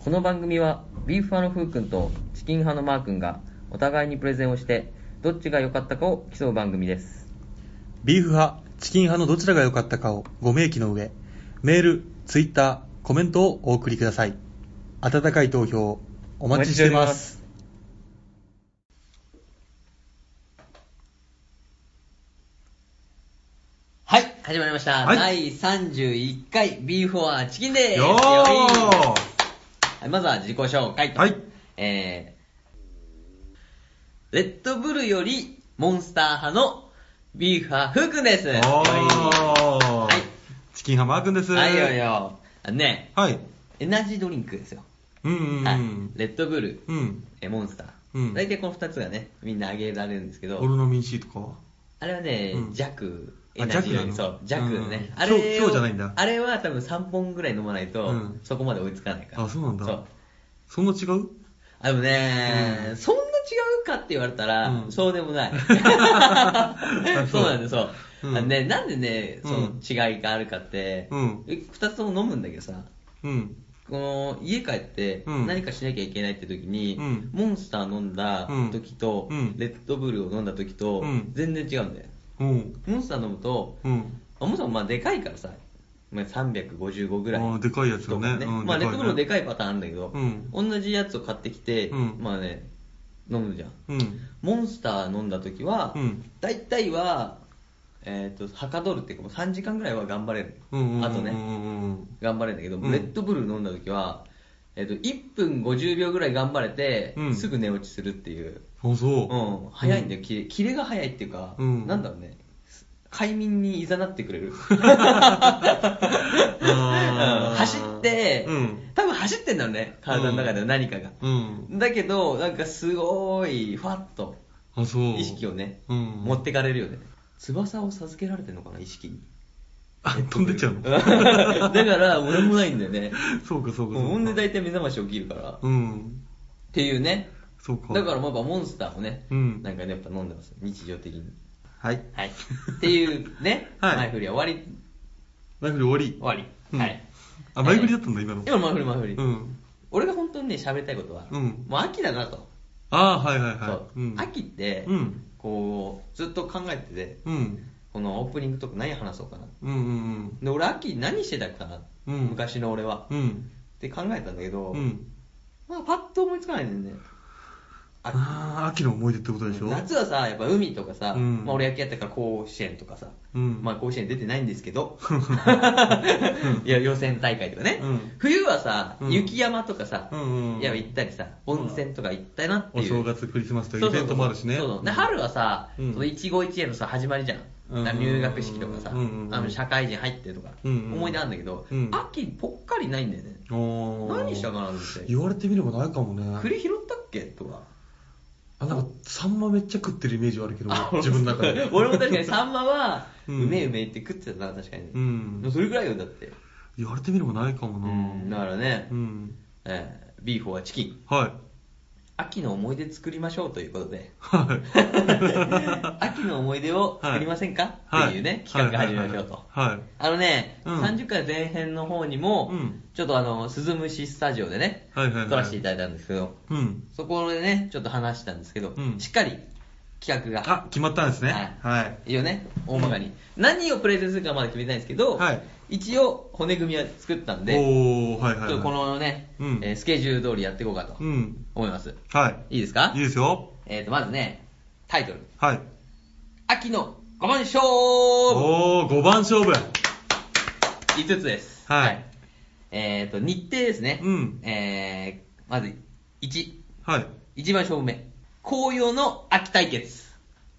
この番組はビーフ派のふうくんとチキン派のまーくんがお互いにプレゼンをしてどっちが良かったかを競う番組ですビーフ派、チキン派のどちらが良かったかをご明記の上、メール、ツイッター、コメントをお送りください。温かい投票、お待ちしています。はい、始まりました。はい第31回ビーフォアチキンでーす。よーはいまずは自己紹介と。はいえー、レッドブルよりモンスター派のビーフ派ふうくんです。おはーチキン派マー君です。い。はいよい。よ。あのね、はい。エナジードリンクですよ。うんうんうん。はい。レッドブル、うん。えモンスター。うん大体この2つがね、みんな挙げられるんですけオルど、ノミン C とかはあれはね、うん弱、あエナジードリンク。弱そなうの、弱のね。うんあれを今日今日じゃないんだあれは多分3本ぐらい飲まないと、うんそこまで追いつかないから。あ、そうなんだ。そんな違うあのね、うんそんな違うかって言われたら、うん。そうでもないそうなんです、そう。うんあのね、なんでね、そのうん違いがあるかって、うんえ二つとも飲むんだけどさ、うん。この家帰ってうん何かしなきゃいけないって時に、うんモンスター飲んだ時と、うんレッドブルを飲んだ時と、うん全然違うんだよ。うん。モンスター飲むと、うん。あもそもまあでかいからさ、まあ、355ぐらい。あーでかいやつだねとかうんまあ、でレッかいねドブルのでかいパターンあるんだけど、うん同じやつを買ってきて、うんまあね、飲むじゃん。うん。モンスター飲んだ時は、うん大体は、えっ、と、はかどるっていうか、もう3時間ぐらいは頑張れる。うんうん。あとうね、んうんうん。頑張れるんだけど、うんレッドブル飲んだ時は、えっ、と、1分50秒ぐらい頑張れて、うんすぐ寝落ちするっていう。あ、そう。うん、早いんだよ、キレキレが早いっていうか、うんなんだろうね、快眠に誘ってくれる。あーうん 走って、うん多分走ってんだろうね、体の中では何かが。うん。だけど、なんかすごい、ふわっとあ、そう。意識をね、うん持ってかれるよね。翼を授けられてるのかな、意識 に。あ、飛んでっちゃうだのから、俺もないんだよね。そうか、そうか、そうか。ほんで大体目覚まし起きるから。っうん。ていうね。そうか。だから、まあモンスターもね、うんなんかね、やっぱ飲んでます、日常的に。はい。はい。っていうね 、はい前振りは終わり、前振り終わり。終わり。うんはい。あ、前振りだったんだ、今の。今の前振り前振り。うん。俺が本当にね、喋りたいことは、うんもう秋だなと。ああ、はいはいそはい。ううん。秋って、うんこう、ずっと考えてて、うん。このオープニングとか何話そうかな。うんうんで、俺秋何してたかな、うん昔の俺は。うん。うん。って考えたんだけど、うん。まあパッと思いつかないんだよね。秋ああ、秋の思い出ってことでしょ夏はさ、やっぱ海とかさ、うんまあ、俺野球やったから甲子園とかさ、うんまあ甲子園出てないんですけど、 いや予選大会とかね、うん冬はさ、うん雪山とかさ、うんうんうんいや行ったりさ、温泉とか行ったなっておいう。正月、クリスマスとそうそうイベそうントもあるしね。そうそうで春はさ、うんその一期一会のさ始まりじゃん。うんだから入学式とかさ、うんうんうんあの社会人入ってとか、うんうん思い出あるんだけど、うん秋ぽっかりないんだよね。おー何したかなと思って。言われてみればないかもね。栗拾ったっけとか。。あ、なんか、サンマめっちゃ食ってるイメージはあるけど、自分の中で 俺も確かにサンマは、ううんめえうめえって食ってたな、確かに。うんでもそれぐらいよ、だって。言われてみればないかもだな。からね、うん。えービーフォアチキン。はい。。秋の思い出作りましょうということではい。 秋の思い出を作りませんか、はいっていうね、企画が始めましょうと。はいはいはいはいあのね、うん30回前編の方にも、うんちょっとあの、鈴虫スタジオでね、はいはいはい撮らせていただいたんですけど、うん。そこでね、ちょっと話したんですけど、うんしっかり企画があ、決まったんですね。ははいい。いいよね大まかに、何をプレゼンするかはまだ決めてないんですけど、はい一応骨組みは作ったんで、おおはいはいはい。ちょっとこのね、うんえースケジュール通りやっていこうかとうん。思います、はいいですかい。いいですよ。えー、とまずねタイトルはい。 「秋の5番勝負おお5番勝負。」 5つですはいえー、と日程ですね、うんえー、まず11はい。番勝負目紅葉の秋対決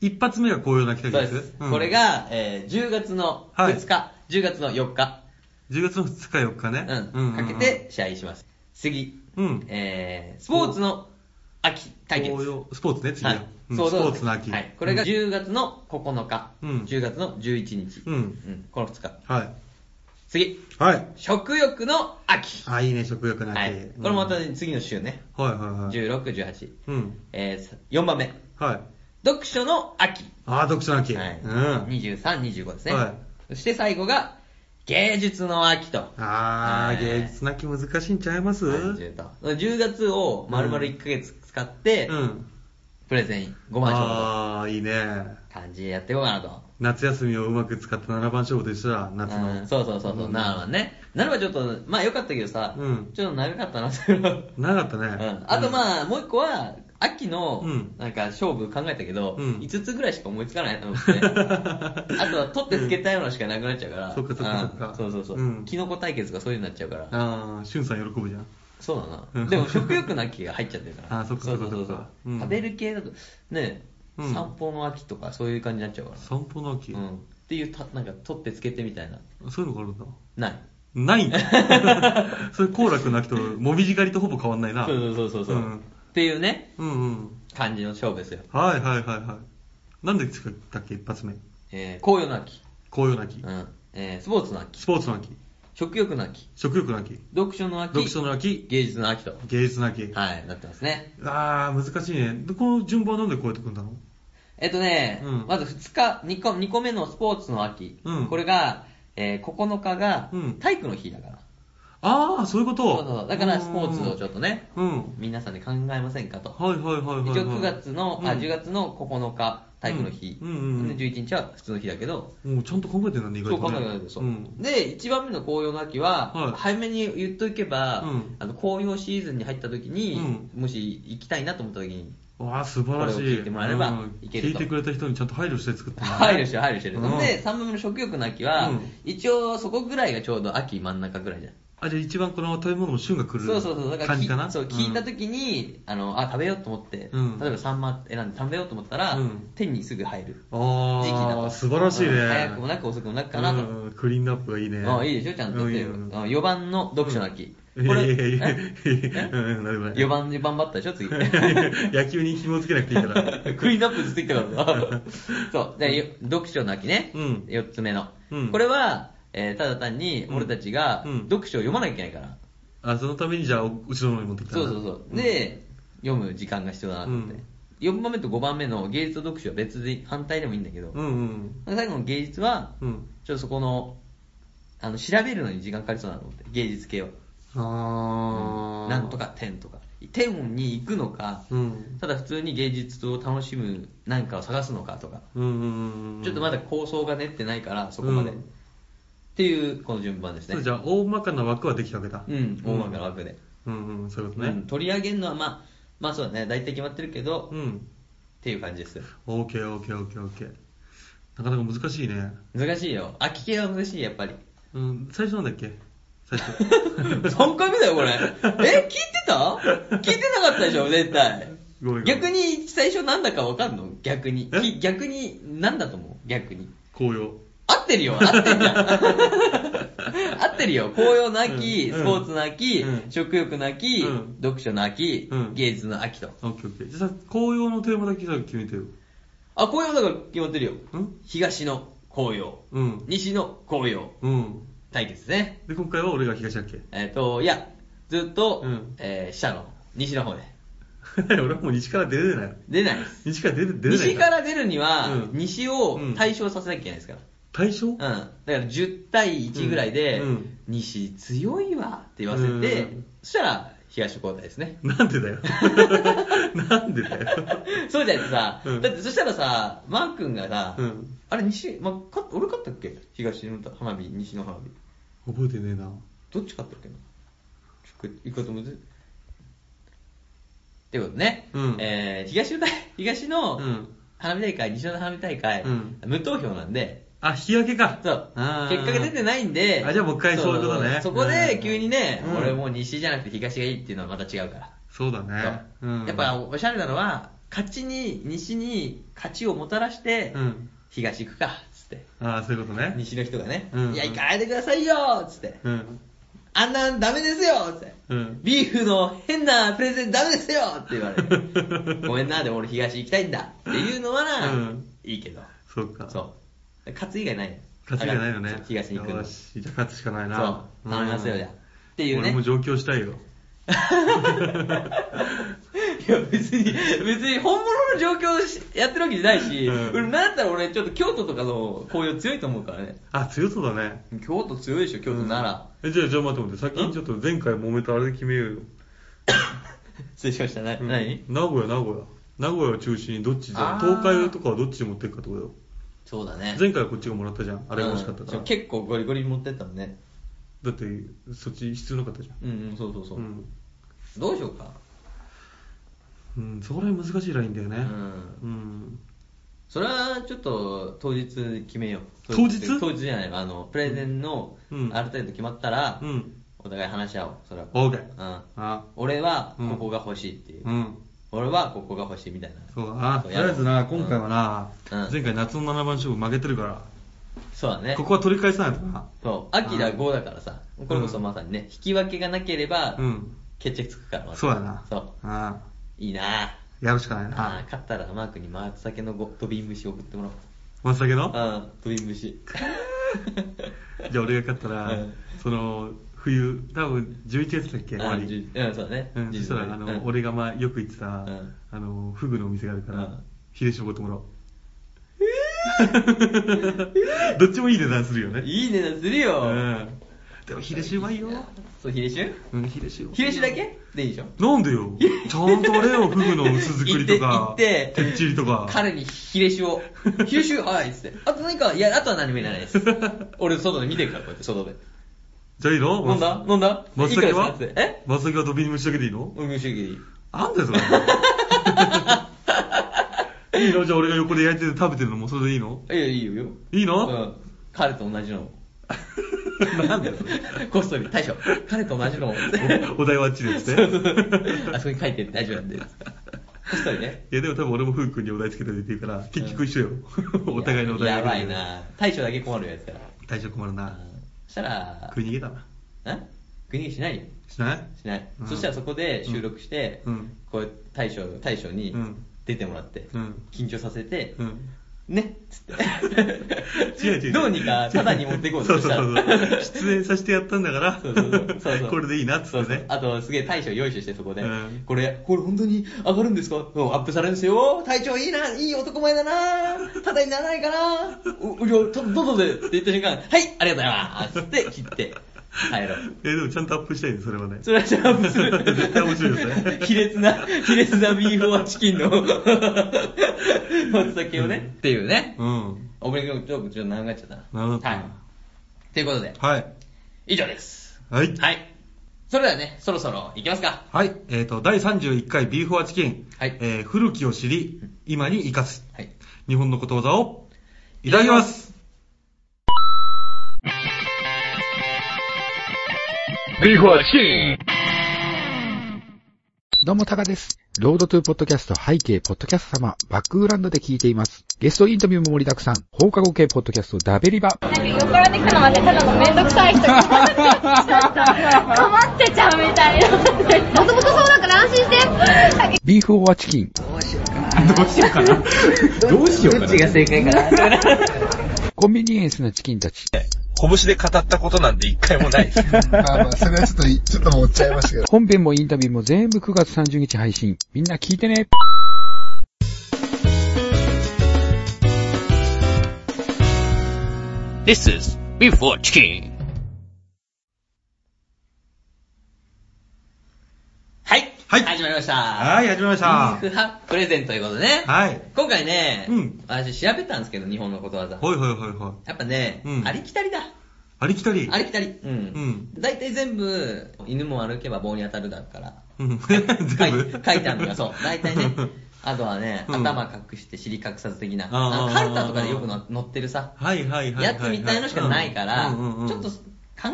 一発目が紅葉なきそたうきで。ですす、うんこれ。が、えー、10月の2日、10月の4日10月の2日4日ね。うん、かけて。試合します。次、うんえー、スポーツの秋対決。紅葉。スポーツね、次は、はいうんスそポうそうーツの秋。はい、これが10月の9日、うん10月の11日、うんこの2日。はい。次、はい。食欲の秋。あ、いいね、食欲の秋。はい、うんこれもまた、次の週ね、はいはいはい。 16、18、うん。えー、4番目、はい。読書の秋、あー、読書の秋。はいうん。 23、25ですね、はいそして最後が芸術の秋と。あー、えー芸術なき難しいんちゃいます30と10月を丸々1ヶ月使って、うん。プレゼン5万勝負あー、いいね。と感じでやっていこうかなと。夏休みをうまく使った7番勝負と一緒だ、夏うの。んそうそうそうそう、うんなるわね。なるはちょっと、まあよかったけどさ、うんちょっと長かったな、それ は。長かったうねん。あとあ。まあ、もう一個は、秋のうん、なんか勝負考えたけど、うん5つぐらいしか思いつかないと思 って。あとは取ってつけたようなのしかなくなっちゃうから。そっかそっかそっかうんそうそうそうう。んキノコ対決とかそういうのになっちゃうから。あー、しゅんさん喜ぶじゃん。そうだうな。んでも食欲の秋が入っちゃってるから。あそっかそっかそっかううううん食べる系だと、ね、うん散歩の秋とかそういう感じになっちゃうか散歩の秋ら。う。ん。っていうた、なんか取ってつけてみたいな。そういうのがあるんだ。ない。ないんだ。 それ、好楽の秋と、もみじ狩りとほぼ変わんないな。そうそうそうそう。うんっていうね、うんうん。感じの勝負ですよ。はいはいはいはい。なんで作ったっけ、一発目。えー、紅葉の秋。紅葉の秋う。ん。えー、スポーツの秋。スポーツの秋。食欲の秋、食欲の秋。読書の秋、読書の秋。芸術の秋と、芸術の秋。はい、なってますね。あー、難しいね。でこの順番はなんでこうやって組んだのえっとね、うんまず2日2個、2個目のスポーツの秋、うんこれが、えー9日がうん体育の日だから。あー、そういうこと。そうそうだからスポーツをちょっとね、うん。うん。皆さんで考えませんかと。はいはいはいはい、はい。一応9月の、あ、10月。月の9日、体育の日。うんうんうんで11日は普通の日だけど、もうちゃんと考えてるんだね、意そ外う考と、えね。られるでしょ。うん。で、1番目の紅葉の秋はいは、早めに言っとけば、うんあの紅葉シーズンに入った時に、うもし行きたいなと思った時に、わあ、素晴らしい。これを聞いてもらえればうんいけると聞いてくれた人にちゃんと配慮して作ってるね入るしてる、入るしてる。うんで、3番目の食欲の秋は、うん一応そこぐらいがちょうど秋真ん中ぐらいじゃん。あ、じゃあ一番この食べ物も旬が来るそうそうそう、だから感じかな。きそう聞いた時時に、あの、あ、食べようと思って、うん例えばサンマ選んで食べようと思ったら、うん天にすぐ入る。あ時期だーと素晴らしいね。うん早くもなく遅くもなくかなと。うんクリーンナップがいいね。あいいでしょ、ちゃんと。うでうんあ4番の読書の秋。いこやれ、いやいやいやえうんなるほどね4番、4番バッターでしょ、 次。野球に紐付けなくていいから。クリーンアップずっと言ってたから。そう。で、よ読書の秋ね。うん四つ目の。うんこれは、えーただ単にうん俺たちがうん読書を読まなきゃいけないから。あ、そのためにじゃあ、後ろの方に持ってきたそうそうそう。で、読む時間が必要だなと思って。うん4番目と5番目の芸術と読書は別で反対でもいいんだけど、うんうん。最後の芸術は、うん。ちょっとそこの、あの、調べるのに時間かかりそうだなと思って、芸術系は。あー。なんと。か天とか。天に行くのか、うん。ただ普通に芸術を楽しむ何かを探すのかとか。うんうんうん。ちょっとまだ構想が練ってないから、そこまで。うんっていう、この順番ですそうね。じゃあ、大まかな枠はできたわけだ。うん、大まかな枠で。うんうん、そういうことうねん。取り上げるのは、まあ、まあそうだね、大体決まってるけど、うっん。ていう感じです。オーケーオーケーオーケーオーケー。なかなか難しいね。難しいよ。秋系は難しい、やっぱり。うん、最初なんだっけ最 初。 3回目だよ、これ。え、聞いてた聞いてなかったでしょ、絶対ごめんごめん。逆に、最初なんだかわかんの逆に。えき逆に、なんだと思う逆に。紅葉。合ってるよ、合ってるじ ゃん。合ってるよ。紅葉の秋、うんスポーツの秋、うん食欲の秋、うん読書の秋、うん芸術の秋と。オッケーオッケー。じゃあさ、紅葉のテーマだけさ、決めてよ。あ、紅葉だから決まってるよ。うん東の紅葉、うん。西の紅葉うん。対決ですね。で、今回は俺が東だっけえっ、と、いや、ずっと、うんえー下の、西の方で。 俺はもう西から出れない。出ないです。西から出れ出れない。西から出るには、うん西をうん対象させなきゃいけないですから。対象、うん。だから10対1ぐらいで、うんうん西強いわって言わせて、うんそしたら東交代ですね。 なんでだよ。 なんでだよ。そうじゃないとさ、うんだってそしたらさ、マー君がさ、うんあれ西、ま勝っ俺勝ったっけ東の花火、西の花火。覚えてねえな。どっち勝ったっけなちょっと一個ともずってことね、うんえー東の大東のうん花火大会、西の花火大会、うん無投票なんで、あ、引き分けか。そうあ。ー結果が出てないんで。あじゃあもう一回そういうことねそこで急にね、うん俺もう西じゃなくて東がいいっていうのはまた違うから。そうだね。そううん、やっぱ、おしゃれなのは、勝ちに、西に勝ちをもたらして、うん。東行くか、つって。ああ、そういうことね。西の人がね、うんいや、行かないでくださいよ、つって。うん。あんなんダメですよ、つって。うん。ビーフの変なプレゼンダメですよって言われる。ごめんな、でも俺東行きたいんだっていうのはな、うんいいけど。そうか。そう。勝つ以外ない。勝つじゃないよね。東に行くの。よそう。し、じゃあ勝つしかないな。頼みますよ、じゃあ。っていう俺もね。上京したいよ。 いや別に、別に本物の状況をしやってるわけじゃないし、うん俺なんだったら俺ちょっと京都とかの紅葉強いと思うからね。あ、強そうだね。京都強いでしょ、京都なら。え、じゃあ、じゃあ待って待って、先にちょっと前回揉めたあれで決めようよ。失礼しました、な、うん何名古屋、名古屋。名古屋を中心にどっちで、あー東海とかはどっちで持っていくかってことよ。そうだね。前回はこっちがもらったじゃん。あれが欲しかったかうら。ん結構ゴリゴリ持ってったもんね。だって、そっち必要なかったじゃん。うんうん、そうそうそう。うん。どうしようか。うん、そこら辺難しいラインだよね。うんうん。それはちょっと当日決めよう。当日当日じゃないわあの、プレゼンの、うんある程度決まったら、うん。お互い話し合おう、それは。オーケーうん。あ、俺はうんここが欲しいっていう。うん。俺はここが欲しいみたいな。そうだな。とそうりやあろえずな、今回はな、うん前回夏の七番勝負負けてるから、そうだね。ここは取り返さないとな。そう、秋だ5だからさ、これこそまさにね、引き分けがなければう、ん。決着つくから、またそうやな。そう。あいいなあやるしかないああな。勝ったらマークに松茸のご飛び虫送ってもらおう。松茸のああ、飛び虫。じゃあ俺が勝ったら、うんその、冬、多分11月だっけ終わあり。じゅうん、そうだね。うん、そしたら、あの、うん俺がまあよく行ってた、んあの、フグのお店があるから、うんヒレ絞ってもらおう。 どっちもいい値段するよね。いい値段するよ。うん。でもヒレシうまいよ。そう、ヒレ酒うん、ヒレシヒレ酒だけでいいでしょ。なんでよ。ちゃんとあれよ、フグの薄作りと行かっ、て、てっちりとか。彼にヒレ酒を。ヒレ酒はい、っつって。あと何か、いや、あとは何もいらないです。俺、外で見てるから、こうやって、外で。じゃあいいの飲んだ飲んだ松茸いはくらですかえ松茸はドビニ虫だけでいいのうん、無主義。なんだよ、そ れ。いいのじゃあ俺が横で焼いてて食べてるのもそれでいいのいや、いいよいいよ。いいの、うん。彼と同じの。なんだよ、それ。こっそり、大将。彼と同じの。お題はあっちですそうね。そうあそこに書いて大丈夫なんで。こっそりね。いや、でも多分俺もフー君にお題つけて出てるから、結局一緒よ。お互いのお題ややばい出てる。な。大将だけ困るやつから。大将困るな。そしたら、食い逃げだな。ん食い逃げしないよ。しないしない、うんそしたらそこで収録して、うんこう大将大将にうん出てもらって、うん緊張させて、うん。ねっつ って違う違う違 う。どうにかただに持っていこうそとうしそうたそらうそう。出演させてやったんだからそうそうそうそうそ、う これでいいなっつそっうてそうね。あとすげえ大将用意してそこで、うんこれこれ本当に上がるんですかうんアップされるんですよ隊長いいないい男前だなただにならないかなういやちょっとどうぞでって言った瞬間はいありがとうございますって切って帰ろういや、でもちゃんとアップしたいね、それはね。それはジャンプする。絶対面白いですね卑劣な、卑劣なビーフォアチキンの、 松茸をね。っていうね。うん。オープニングトークちょっと長くなっちゃったな。なるほど。はい。ということで、はい。以上です。はい。はい。それではね、そろそろ行きますか。はい。えっ、と、第31回ビーフォアチキン。はいえー古きを知り、今に生かす。はい。日本のことわざを、いただきます。どうも、タカです。ロードトゥーポッドキャスト背景ポッドキャスト様、バックグラウンドで聞いています。ゲストインタビューも盛りだくさん、放課後系ポッドキャストダベリバ。なんか酔っ払ってきたのがね、ただのめんどく さい人にちょっと困ってちゃうみたいな。もともとそうだから安心 して。ビーフオアチキン。どうしようかな。どうしようかな。どっちが正解コンビニエンスなチキンたち。拳で語ったことなんて一回もないです。まあまあ、それはちょっとい、ちょっともう追っちゃいましたけど。本編もインタビューも全部9月30日配信。みんな聞いてね。 This is Before Chicken. はい。はい始まりました。はい、始まりましたビ。ーフハプレゼントということでね。はい。今回ね、うん私調べたんですけど、日本のことわざ。ほいほいほいほい。やっぱね、うんありきたりだ。ありきたり。ありきたり。う。うんん。大体全部、犬も歩けば棒に当たるだから。う ん。書い全部書いてあるのが、そう。大体 ね。あとはね、うん頭隠して尻隠さず的な。あーあのカルタとかでよくの載ってるさ、はいはいはいはい。やつみたいのしかないから、うちんうんうん、ょっと考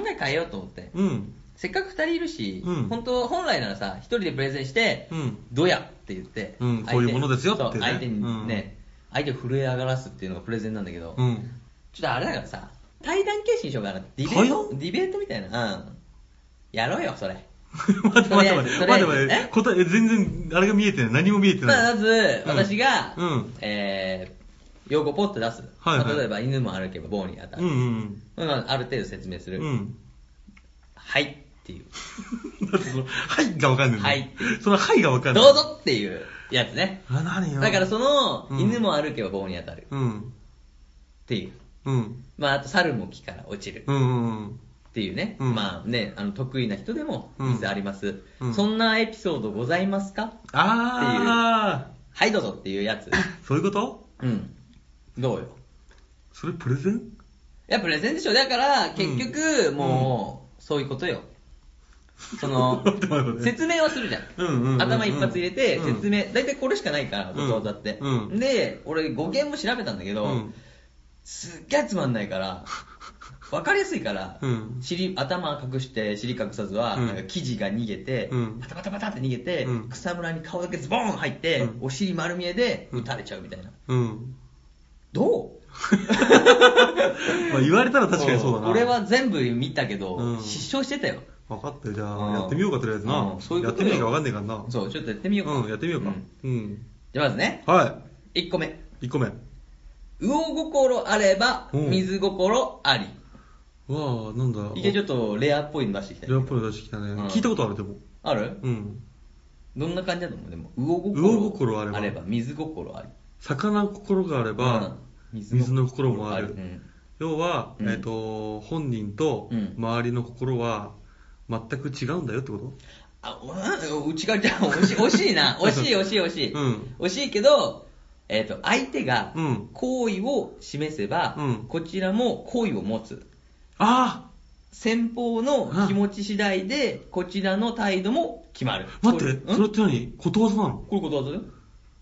え変えようと思って。うん。せっかく二人いるしうん、本当本来ならさ、一人でプレゼンしてうん、どやって言ってうん、相手こういうものですよってねそう相手にね、相手を震え上がらすっていうのがプレゼンなんだけど、うん。ちょっとあれだからさ、対談形式にしようかな。ディベ対ート談ディベートみたいな。うん。やろうよ、それ。 待って待っとて待って。りあえ待ってず待って。え答え、全然、あれが見えてない。何も見えてまなあ、い。まず、私が、うんえー、用語ポッと出す。はいはいまあ例えば、犬も歩けば棒に当たうる。んうん まあある程度説明する。うん。うん。はい。っていう。だってその、はいがわかんないのはい。そのはいがわかんない。どうぞっていうやつね。あ、何よ。だからその、うん犬も歩けば棒に当たるっうん。ていう。うん。まあ、あと猿も木から落ちるうんうんうん。っていうね。うんまあね、あの、得意な人でも水あります、うんそんなエピソードございますかあはい、どうぞっていう やつ。ー。そういうことうん。どうよ。それプレゼンいや、プレゼンでしょ。だから、結局、うんもう、そういうことよ。そ の待って待って待っ、て説明はするじゃん。うんうんうんうん頭一発入れて、うん説明、大体これしかないから、ことわざって。うんうんで、俺語源も調べたんだけど、うんすっげえつまんないから、わかりやすいから、うん尻、頭隠して、尻隠さずは、うんなんか生地が逃げて、うんパタパタパタって逃げて、うん草むらに顔だけズボン入って、うんお尻丸見えで撃たれちゃうみたいな。うん。どうまあ言われたら 確かにそうだな。俺は全部見たけど、うん失笑してたよ。分かったよ、じゃうんあ、やってみようか、とりあえずなうん。そういうやこっとてよみないか分かんないからな。そう、ちょっとやってみようか。うん、やってみようかん。うん。じゃあまずね、は1個目。い。1個目。わ魚心あれば、うん水心あり。あ、なんだ。いけちょっとレアっぽいの出してきたレよオっぽいの出してきたねん。聞いたことある、でも。あるうん。どんな感じだと思うでも、魚心魚心あれば水心あり。魚の心があれば、うん水の心もあるうん要は、うんえっと、本人とうん周りの心は全く違うんだよってことあ、うん、違う違う、惜しい、惜しい な。惜しい、惜しい、惜しい。うん惜しいけど、えっ、と、相手がうん、好意を示せば、うんこちらも好意を持つ。あ先方の気持ち次第で、こちらの態度も決まる。あ待って、これそれんっこて何ことわざなのういうことだよ。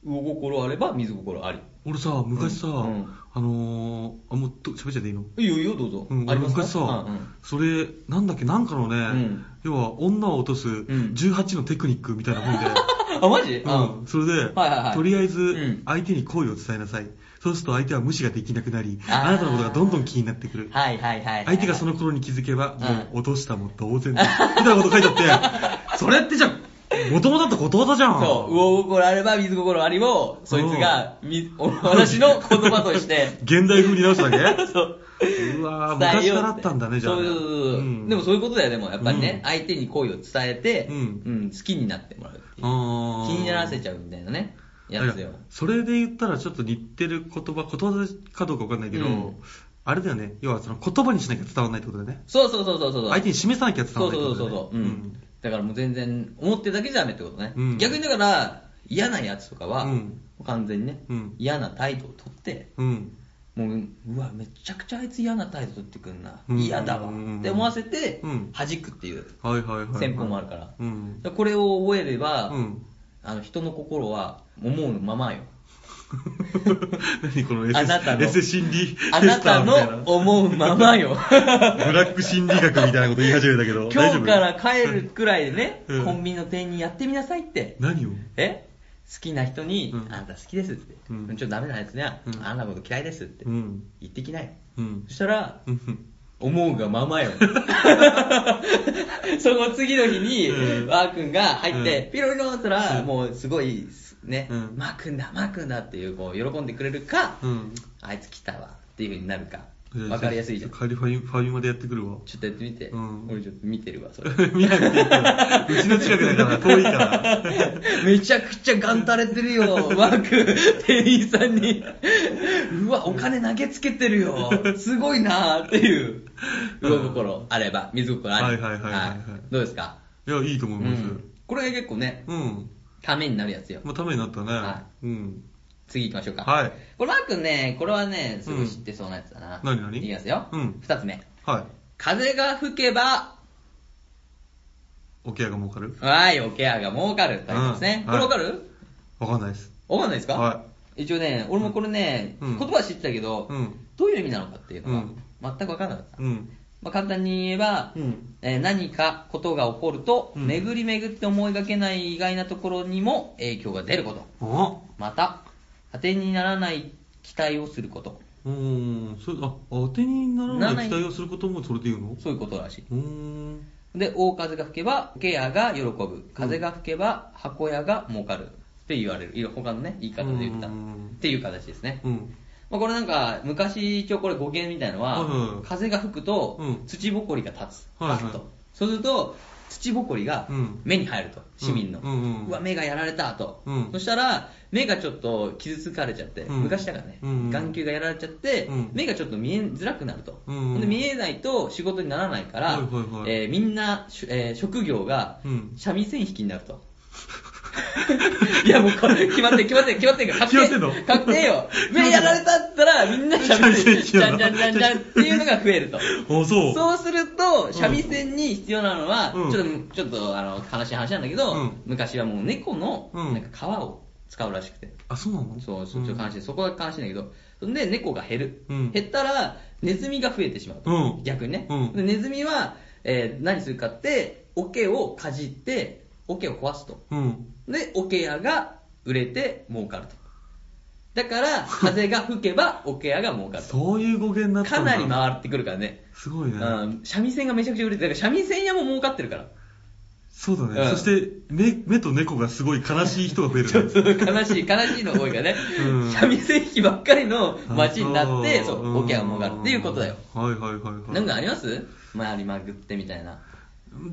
魚心あれば水心あり。俺さ、昔さ、うんうんあのー、あ、もうと喋っちゃっていいのいいよいいよ、どうぞ。うん、あ俺りますか昔さ、うんうんそれ、なんだっけ、なんかのね、ん要は、女を落とす18のテクニックみたい な本で、あ、マジうんそれで、はいはいはいとりあえずん、相手に好意を伝えなさい。そうすると相手は無視ができなくなり、あーあなたのことがどんどん気になってくる。はいはいはいはい。相手がその頃に気づけば、もうう落としたも同然だ。みたいなこと書いてあって、それってじ ゃあ、もともとってことわざじゃん。そう、魚心あれば水心ありを、そいつが、み、私の言葉として、現代風に直しただけ そう。うわー伝え昔ようってからあったんだね、じゃあそうね。そうそうそう、んでもそういうことだよ、でも、やっぱりね、うん相手に好意を伝えて、ううんん、好きになってもらうっていう。あ気ーにならせちゃうみたいなね、やつだよから。それで言ったらちょっと似てる言葉、ことわざかどうかわかんないけど、うんあれだよね、要はその言葉にしなきゃ伝わらないってことだよね。そうそうそうそうそう。相手に示さなきゃ伝そわうらないそっうてそこうとそう、うん。だからもう全然、思ってるだけじゃダメってことね。うん逆にだから、嫌なやつとかは、うん完全にね、うん嫌な態度をとって、うん。うん。もう、うわ、めちゃくちゃあいつ嫌な態度取ってくんな。うん嫌だわ。って思わせてうん、弾くっていうはいはいはい。戦法もあるから。だかうん。らこれを覚えれば、うん。 あの人の心は思うままよ。何このエセあなたのエセ心理あなたテスターのみ思うままよ。たい なブラック心理学みたいなこと言い始めたけど。今日か大ら丈夫帰るくらいでね、うんコンビニの店員やってみなさいって。何をえ好きな人に、うんあんた好きですって。うんちょっとダメなやつには、うんあんたのこと嫌いですって。うん。言ってきなよ。うんそ。したら、うん思うがままよ。 その次の日に、うんワー君が入ってう、んピロリロンって言ったら、うんもうすごい、ねうん、マー君だ、マー君だっていう、こう、喜んでくれるか、うん。あいつ来たわっていう風になるか。わかりやすいじゃん。ちょ帰りファミファミまでやってくるわ。っとやってみてうん。俺ちょっと見てるわ、それ。 見なくていいから。うちの近くだから、遠 いから。めちゃくちゃガン垂れてるよ、マー君。 店員さんに。うわ、お金投げつけてるよ。すごいなーっていう。魚心あれば、水心あれば。はいはいはいはいはいどうですかいや、いいと思います。これが結構ね、うん。ためになるやつよ。まあ、ためになったね。はうん。次行きましょうか。はい。これ、マー君ね、これはね、すぐ知ってそうなやつだな。うん何々いきますよ。うん二つ目。は風が吹けば、い。おケアが儲かるはい、おケアが儲かるって書いてますね。うこれんはいわかるわかんないです。わかんないですか。はい一応ね、俺もこれね、うん言葉は知ってたけど、うんどういう意味なのかっていうのうはん、全くわかんなかった。うん。まあ、簡単に言えば、うんえー何かことが起こると、うん巡り巡って思いがけない意外なところにも影響が出ること。あまた、果てにならない期待をすること。うーん。それ、あ、当てにならない期待をすることもそれで言うのそういうことらしい。うーん。で、大風が吹けば、ケアが喜ぶ。風が吹けば、箱屋が儲かる。って言われる。いろ他のね、言い方で言った。っうんていう形ですね。うん。まあ、これなんか、昔一応これ語源みたいのは、はいはいはい風が吹くとう、ん土ぼこりが立つ。はいはいパッとそうすると、土ぼこりがうん目に入ると、市民の、うんうんうんうわ目がやられたと、うんそしたら目がちょっと傷つかれちゃって、うん昔だからね、うんうん眼球がやられちゃって、うん目がちょっと見えづらくなると、うんうんほんで見えないと仕事にならないから、はいはいはいえーみんな、しゅえー職業がうん三味線引きになると。いやもうこれ決まってる決まってる決まってるから確定決まってんの確定よ目やられたったらみんな三味線じゃんじゃんじゃんじゃんっていうのが増えるとおそうそうすると三味線に必要なのは、うんちょっとちょっとあの悲しい話なんだけど、うん昔はもう猫のうんなんか皮を使うらしくて、あそうなのそうそうちょっと悲しい、そこが悲しいんだけどそんで猫が減る、うん減ったらネズミが増えてしまうと、うん逆にね、うんでネズミは、えー何するかって桶をかじって桶を壊すとうんで桶屋が売れて儲かるとだから風が吹けば桶屋が儲かるとそういう語源になったかんだなり回ってくるからねすごいね、うん三味線がめちゃくちゃ売れてるだから三味線屋も儲かってるからそうだね、うんそして目目と猫がすごい悲しい人が増え るね悲しい悲しいの多いがね、うん三味線弾きばっかりの街になってあそーうオケが儲かるっていうことだよはいはいはいはいなんかあります周りまぐってみたいな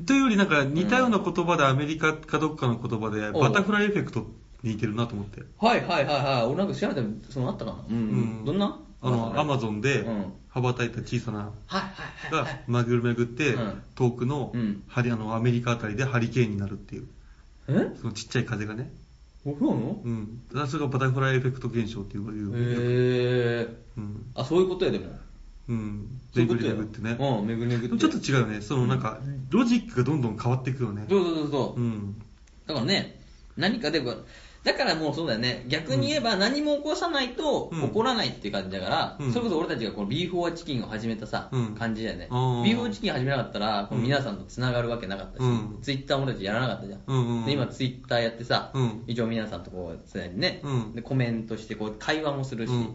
というよりなんか似たような言葉でアメリカかどっかの言葉でおうバタフライエフェクトに似てるなと思ってはいはいはいはい俺なんか調べたそのあったかなうん、うんどんなあのアマンゾンでうん羽ばたいた小さなはいはいはいがはいまぐるめぐってうん遠くのうんハリあのアメリカあたりでハリケーンになるっていうえそのちっちゃい風がねお風呂のうんだからそれがバタフライエフェクト現象っていういう、へえうんあそういうことやでもうんそうい巡うことりや巡ってねうん巡り巡ってちょっと違うよねそのなんかロジックがどんどん変わっていくよねそうそうそうそううんだからね、何かでも、だからもうそうだよね、逆に言えば何も起こさないとうん起こらないっていう感じだから、うんそれこそ俺たちがこの B4 チキンを始めたさ、うん感じだよね。あー B4 チキン始めなかったら、この皆さんと繋がるわけなかったし、うんツイッターも俺たちやらなかったじゃん。うんうんで今ツイッターやってさ、うん一応皆さんとこう常にね、うんでコメントしてこう会話もするし、うん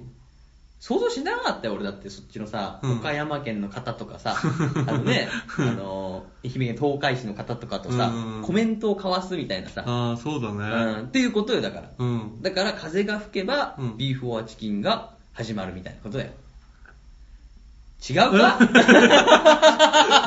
想像しなかったよ俺だってそっちのさ、うん岡山県の方とか さあのねあの愛媛県東海市の方とかとさ、うんコメントを交わすみたいなさ、ああそうだうんねっていうことよだから、うんだから風が吹けば、うんビーフォアチキンが始まるみたいなことだよ違うか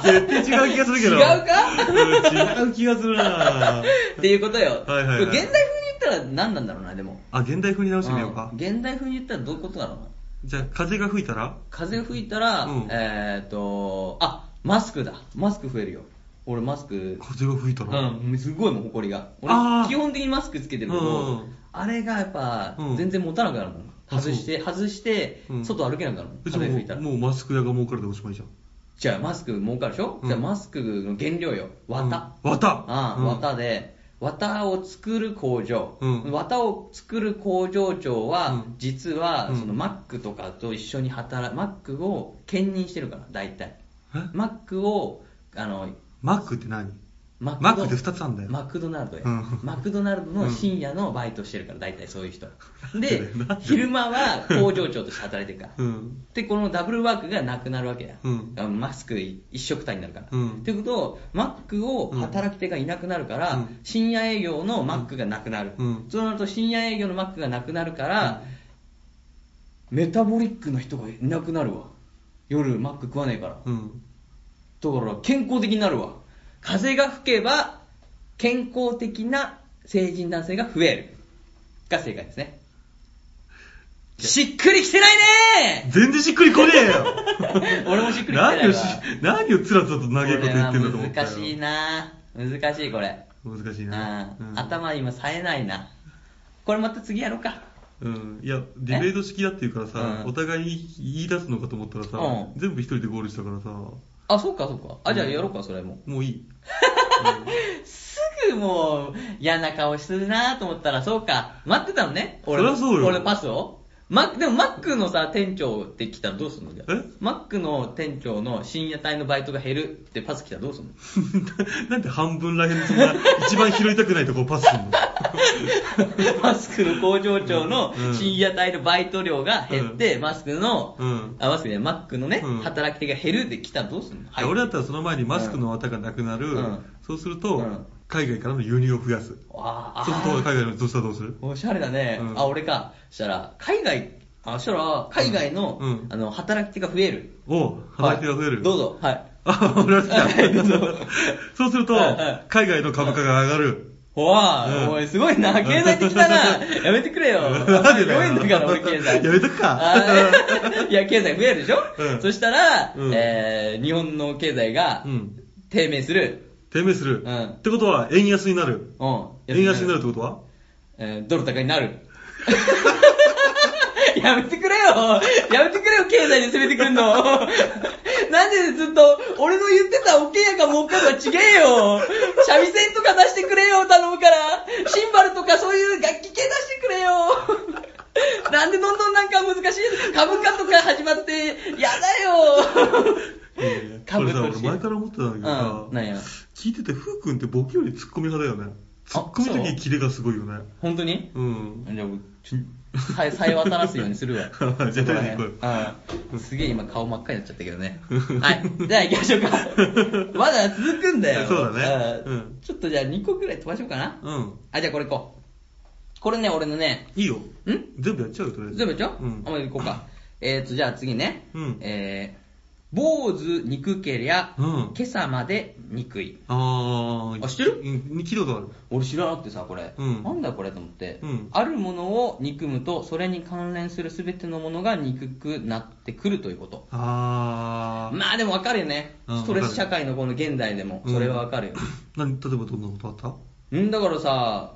絶対違う気 がするけ ど違うかうん違う気がす るなっていうことよ、はいはいはいこれ現代風に言ったら何なんだろうなでもあ現代風に直してみようかうん現代風に言ったらどういうことだろうなじゃあ風が吹いたら風吹いたら、うんえっ、とあマスクだマスク増えるよ俺マス ク風が吹いたらうん、すごいもう埃が俺あー基本的にマスクつけてるけうどんあれがやっぱうん全然持たなくなるもんあ外して外してうん外歩けなくなるもんじゃ風吹いたあらもうもうマスク屋が儲かるでおしまいじゃんじゃあマスク儲かるでしょうんじゃあマスクの原料よ綿うん綿あうんあ綿で綿を作る工場うん綿を作る工場長はうん実はうんそのマックとかと一緒に働マックを兼任してるから大体えマックをあのマックって何ママッドクって2つあんだよマクドナルドや、うんマクドナルドの深夜のバイトしてるから大体そういう人でなんでなんで昼間は工場長として働いてるからうんでこのダブルワークがなくなるわけだ、うんマスク一色体になるから、うんっていうことをマックを働き手がいなくなるから、うん深夜営業のマックがなくなる、うんそうなると深夜営業のマックがなくなるから、メタボリックな人がいなくなるわ夜マック食わねえから、うんだから健康的になるわ風が吹けば健康的な成人男性が増えるが正解ですねしっくりきてないね全然しっくりこねえよ 俺もしっくりきてな何いをわし何をつらつらと長いこと言ってんだと思こっれはたよ難しいな難しいこれ、難しいなうんうん頭今冴えないなこれまた次やろうかうんいやディベート式だっていうからさうんお互いに言い出すのかと思ったらさうん全部一人でゴールしたからさもあそうかそうかあじゃあやろうかそれもういい すぐもう嫌な顔するなと思ったらそうか待ってたのね俺のそりゃそうよ俺のパスをマでもマックのさ店長って来たらどうすんのじゃあえマックの店長の深夜帯のバイトが減るってパス来たらどうすんの なんで半分らへんそんな一番拾いたくないとこをパス するのマスクの工場長のうん深夜帯のバイト量が減って、マスクの、うんあマスクねマックのね、うん働き手が減るって来たらどうすんの、いや俺だったらその前にマスクの綿がなくなる、うんそうすると、うん海外からの輸入を増やすあーあそうすると海外のどうしたらどうするおしゃれだね、うんあ俺かそしたら海外あそしたら海外の,、うんうんあの働き手が増えるおう働き手が増える、はいどうぞはいあ、俺は好きだはいどうぞ。そうするとはいはい、海外の株価が上がる。おわ、うんおい、すごいな、経済的だ な。やめてくれよ。なんでだよ強いんだから、俺、経済。やめとくかあ ーいや、経済増えるでしょ、うんそしたら、うんえー、日本の経済がうん。低迷する。低迷する。うんってことは、円安になる。うん。円安になるってことはえードル高になる。 やめてくれよやめてくれよ経済に攻めてくんの なんでずっと、俺の言ってたオケやか儲かるは違えよ三味線とか出してくれよ頼むからシンバルとかそういう楽器系出してくれよなんでどんどんなんか難しい株価とか始まって、や だよいやいやこ株れさ、投資俺前から思ってたんだけどさうん、なんや聞いてて、ふうくんってボケよりツッコミ派だよね。ツッコミの時にキレがすごいよね。本当にうん。じゃあ、ちょさえ、さえ渡らすようにするわ。 じゃあそこら辺行こううんすげえ今顔真っ赤になっちゃったけどね。はい。じゃあ行きましょう か。まだ続くんだよ。そうだねうんうんちょっとじゃあ2個くらい飛ばしようかな。うん。あ、じゃあこれ行こう。これね、俺のね、いいよ。ん全部やっちゃうよ、とりあえず。全部ちゃう、うんあ、。行こうか。えーと、じゃあ次ね。うんえー坊主憎けりゃ、うん今朝まで憎い。あー。あ知ってるうん、聞いたことある。俺知らなくてさこれ、うんなんだこれと思って、うんあるものを憎むとそれに関連する全てのものが憎くなってくるということあー。まあでも分かるよねうんストレス社会のこの現代でもうんそれは分かるよ、 何、例えばどんなことあったうん、だからさ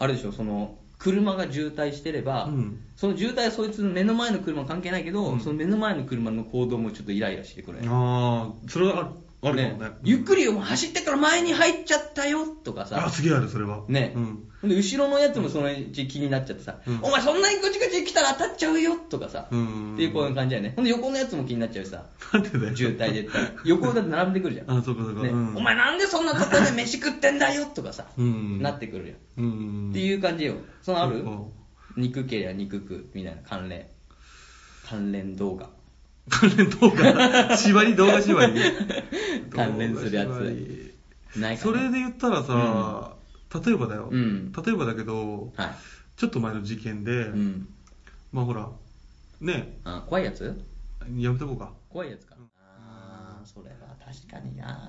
あれでしょその車が渋滞してれば、うんその渋滞はそいつの目の前の車は関係ないけど、うんその目の前の車の行動もちょっとイライラしてくるあー、それはある。あるかもね。ゆっくりよもう走ってから前に入っちゃったよとかさあ、すげえある、それは。ね、うん。で後ろのやつもそのうち気になっちゃってさ、うんお前そんなにこちこち来たら当たっちゃうよとかさ、うんっていうこういう感じだよねほんで横のやつも気になっちゃうしさなんでだよ。渋滞で言ったら横だって並んでくるじゃん、 あ、そうかそうか。ねうんお前なんでそんなとこで飯食ってんだよとかさ、うんなってくるよ、うん。っていう感じよそのあるそう肉系や肉食うみたいな関連関連動画関連動画、縛り、動画縛り。 関連するやつ動画縛りないかそなれで言ったらさ、例えばだよ、うん例えばだけど、はい、ちょっと前の事件で、うん、まあほら、ね、あ怖いやつやめとこうか。怖いやつか、あーそれは確かにな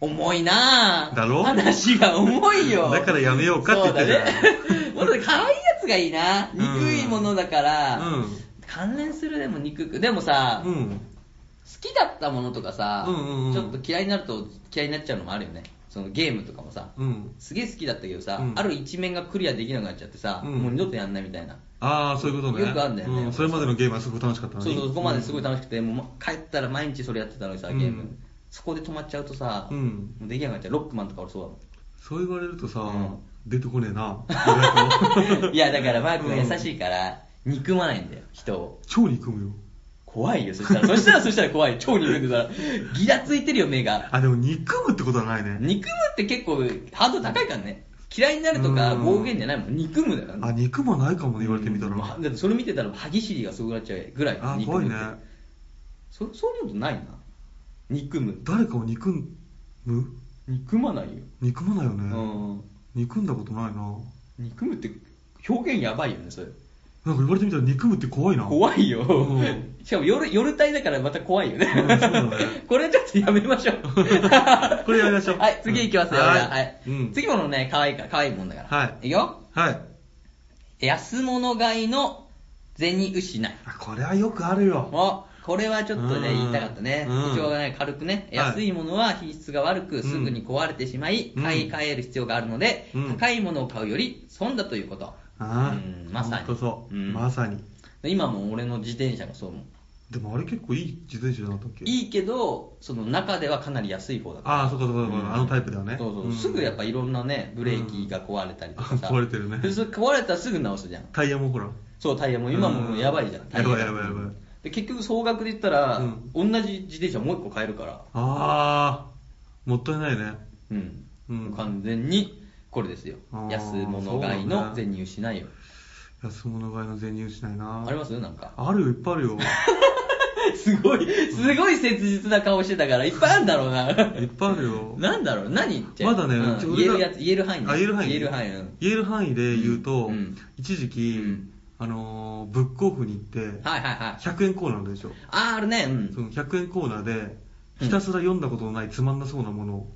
重いなだろ話が重いよだからやめようかって言ったじゃそうんだね もっと可愛いやつがいいなうん憎いものだから、うん関連するでも憎くでもさ、う好ん。きだったものとかさ、うんうんうんちょっと嫌いになると嫌いになっちゃうのもあるよねそのゲームとかもさ、うん。すげえ好きだったけどさ、うんある一面がクリアできなくなっちゃってさ、うんもう二度とやんないみたいなああ、そういうことね。よくあんだよねうんそれまでのゲームはすごく楽しかったのそうに。そう、そこまですごい楽しくて、もう帰ったら毎日それやってたのにさ、ゲうんーム。そこで止まっちゃうとさ、うんもうできなくなっちゃう。ロックマンとか俺そうだもん。そう言われるとさ、ん出てこねえな。 いや、だからマー君優しい。いから、憎まないんだよ、人を。 超憎むよ。怖いよ、そしたら。そしたら、そしたら怖い。超憎んでたら。ギラついてるよ、目が。あ、でも憎むってことはないね。憎むって結構、ハードル高いからね。嫌いになるとか、うん暴言じゃないもん。憎むだからね。あ、憎むはないかもね、言われてみたら。まあだってそれ見てたら、歯ぎしりがすごくなっちゃうぐらい。あ、憎怖むいっねて。そそういうことないな。憎む。誰かを憎む憎まないよ。憎まないようね。ん。憎んだことないな。憎むって表現やばいよねそれなんか言われてみたら憎むって怖いな。怖いよ、うんしかも夜夜帯だからまた怖いよね,、うんそうだね これちょっとやめましょう これやめましょうはい次いきますよ、うんはいはいうん次ものね可愛いから可愛いもんだからはくいよはい。安物買いの銭失いあこれはよくあるよ。おこれはちょっとねうん言いたかったねうん一応ね軽くねはい安いものは品質が悪くすぐに壊れてしまい、うん買い替える必要があるので、うん高いものを買うより損だということあうんあ、まさにほんとそう。うんまさに。今も俺の自転車がそう思うでもあれ結構いい自転車だったっけいいけど、その中ではかなり安い方だから。ああ、そうかそうかそううんか、あのタイプだよね。そうそう、んすぐやっぱいろんなね、ブレーキが壊れたりとかさ。うん 壊れてるねでそれ 壊れたらすぐ直すじゃん。タイヤもほら。そう、タイヤも今ももうやばいじゃん。うんタイヤがやばいやばいやばいで、結局総額で言ったら、同じ自転車もう一個買えるから、ああ、もったいないね。うん。うん完全に、これですよあ。ー安物買いの全入しないよ。安物買いの全入しないな。ありますなんか。 あるよ、いっぱいあるよ。すごい、すごい切実な顔してたから、いっぱいあるんだろうな。いっぱいあるよ。なんだろう何言って。まだね、うんうち言俺えがるやつ、言える範囲ねあ、言える範囲言える範囲。うん言える範囲で言うと、うんうん一時期、うんあのーブックオフに行って、はいはいはい。 100円コーナーあるでしょ。あー、あるね。うそん。の100円コーナーで、ひたすら読んだことのないつまんなそうなものを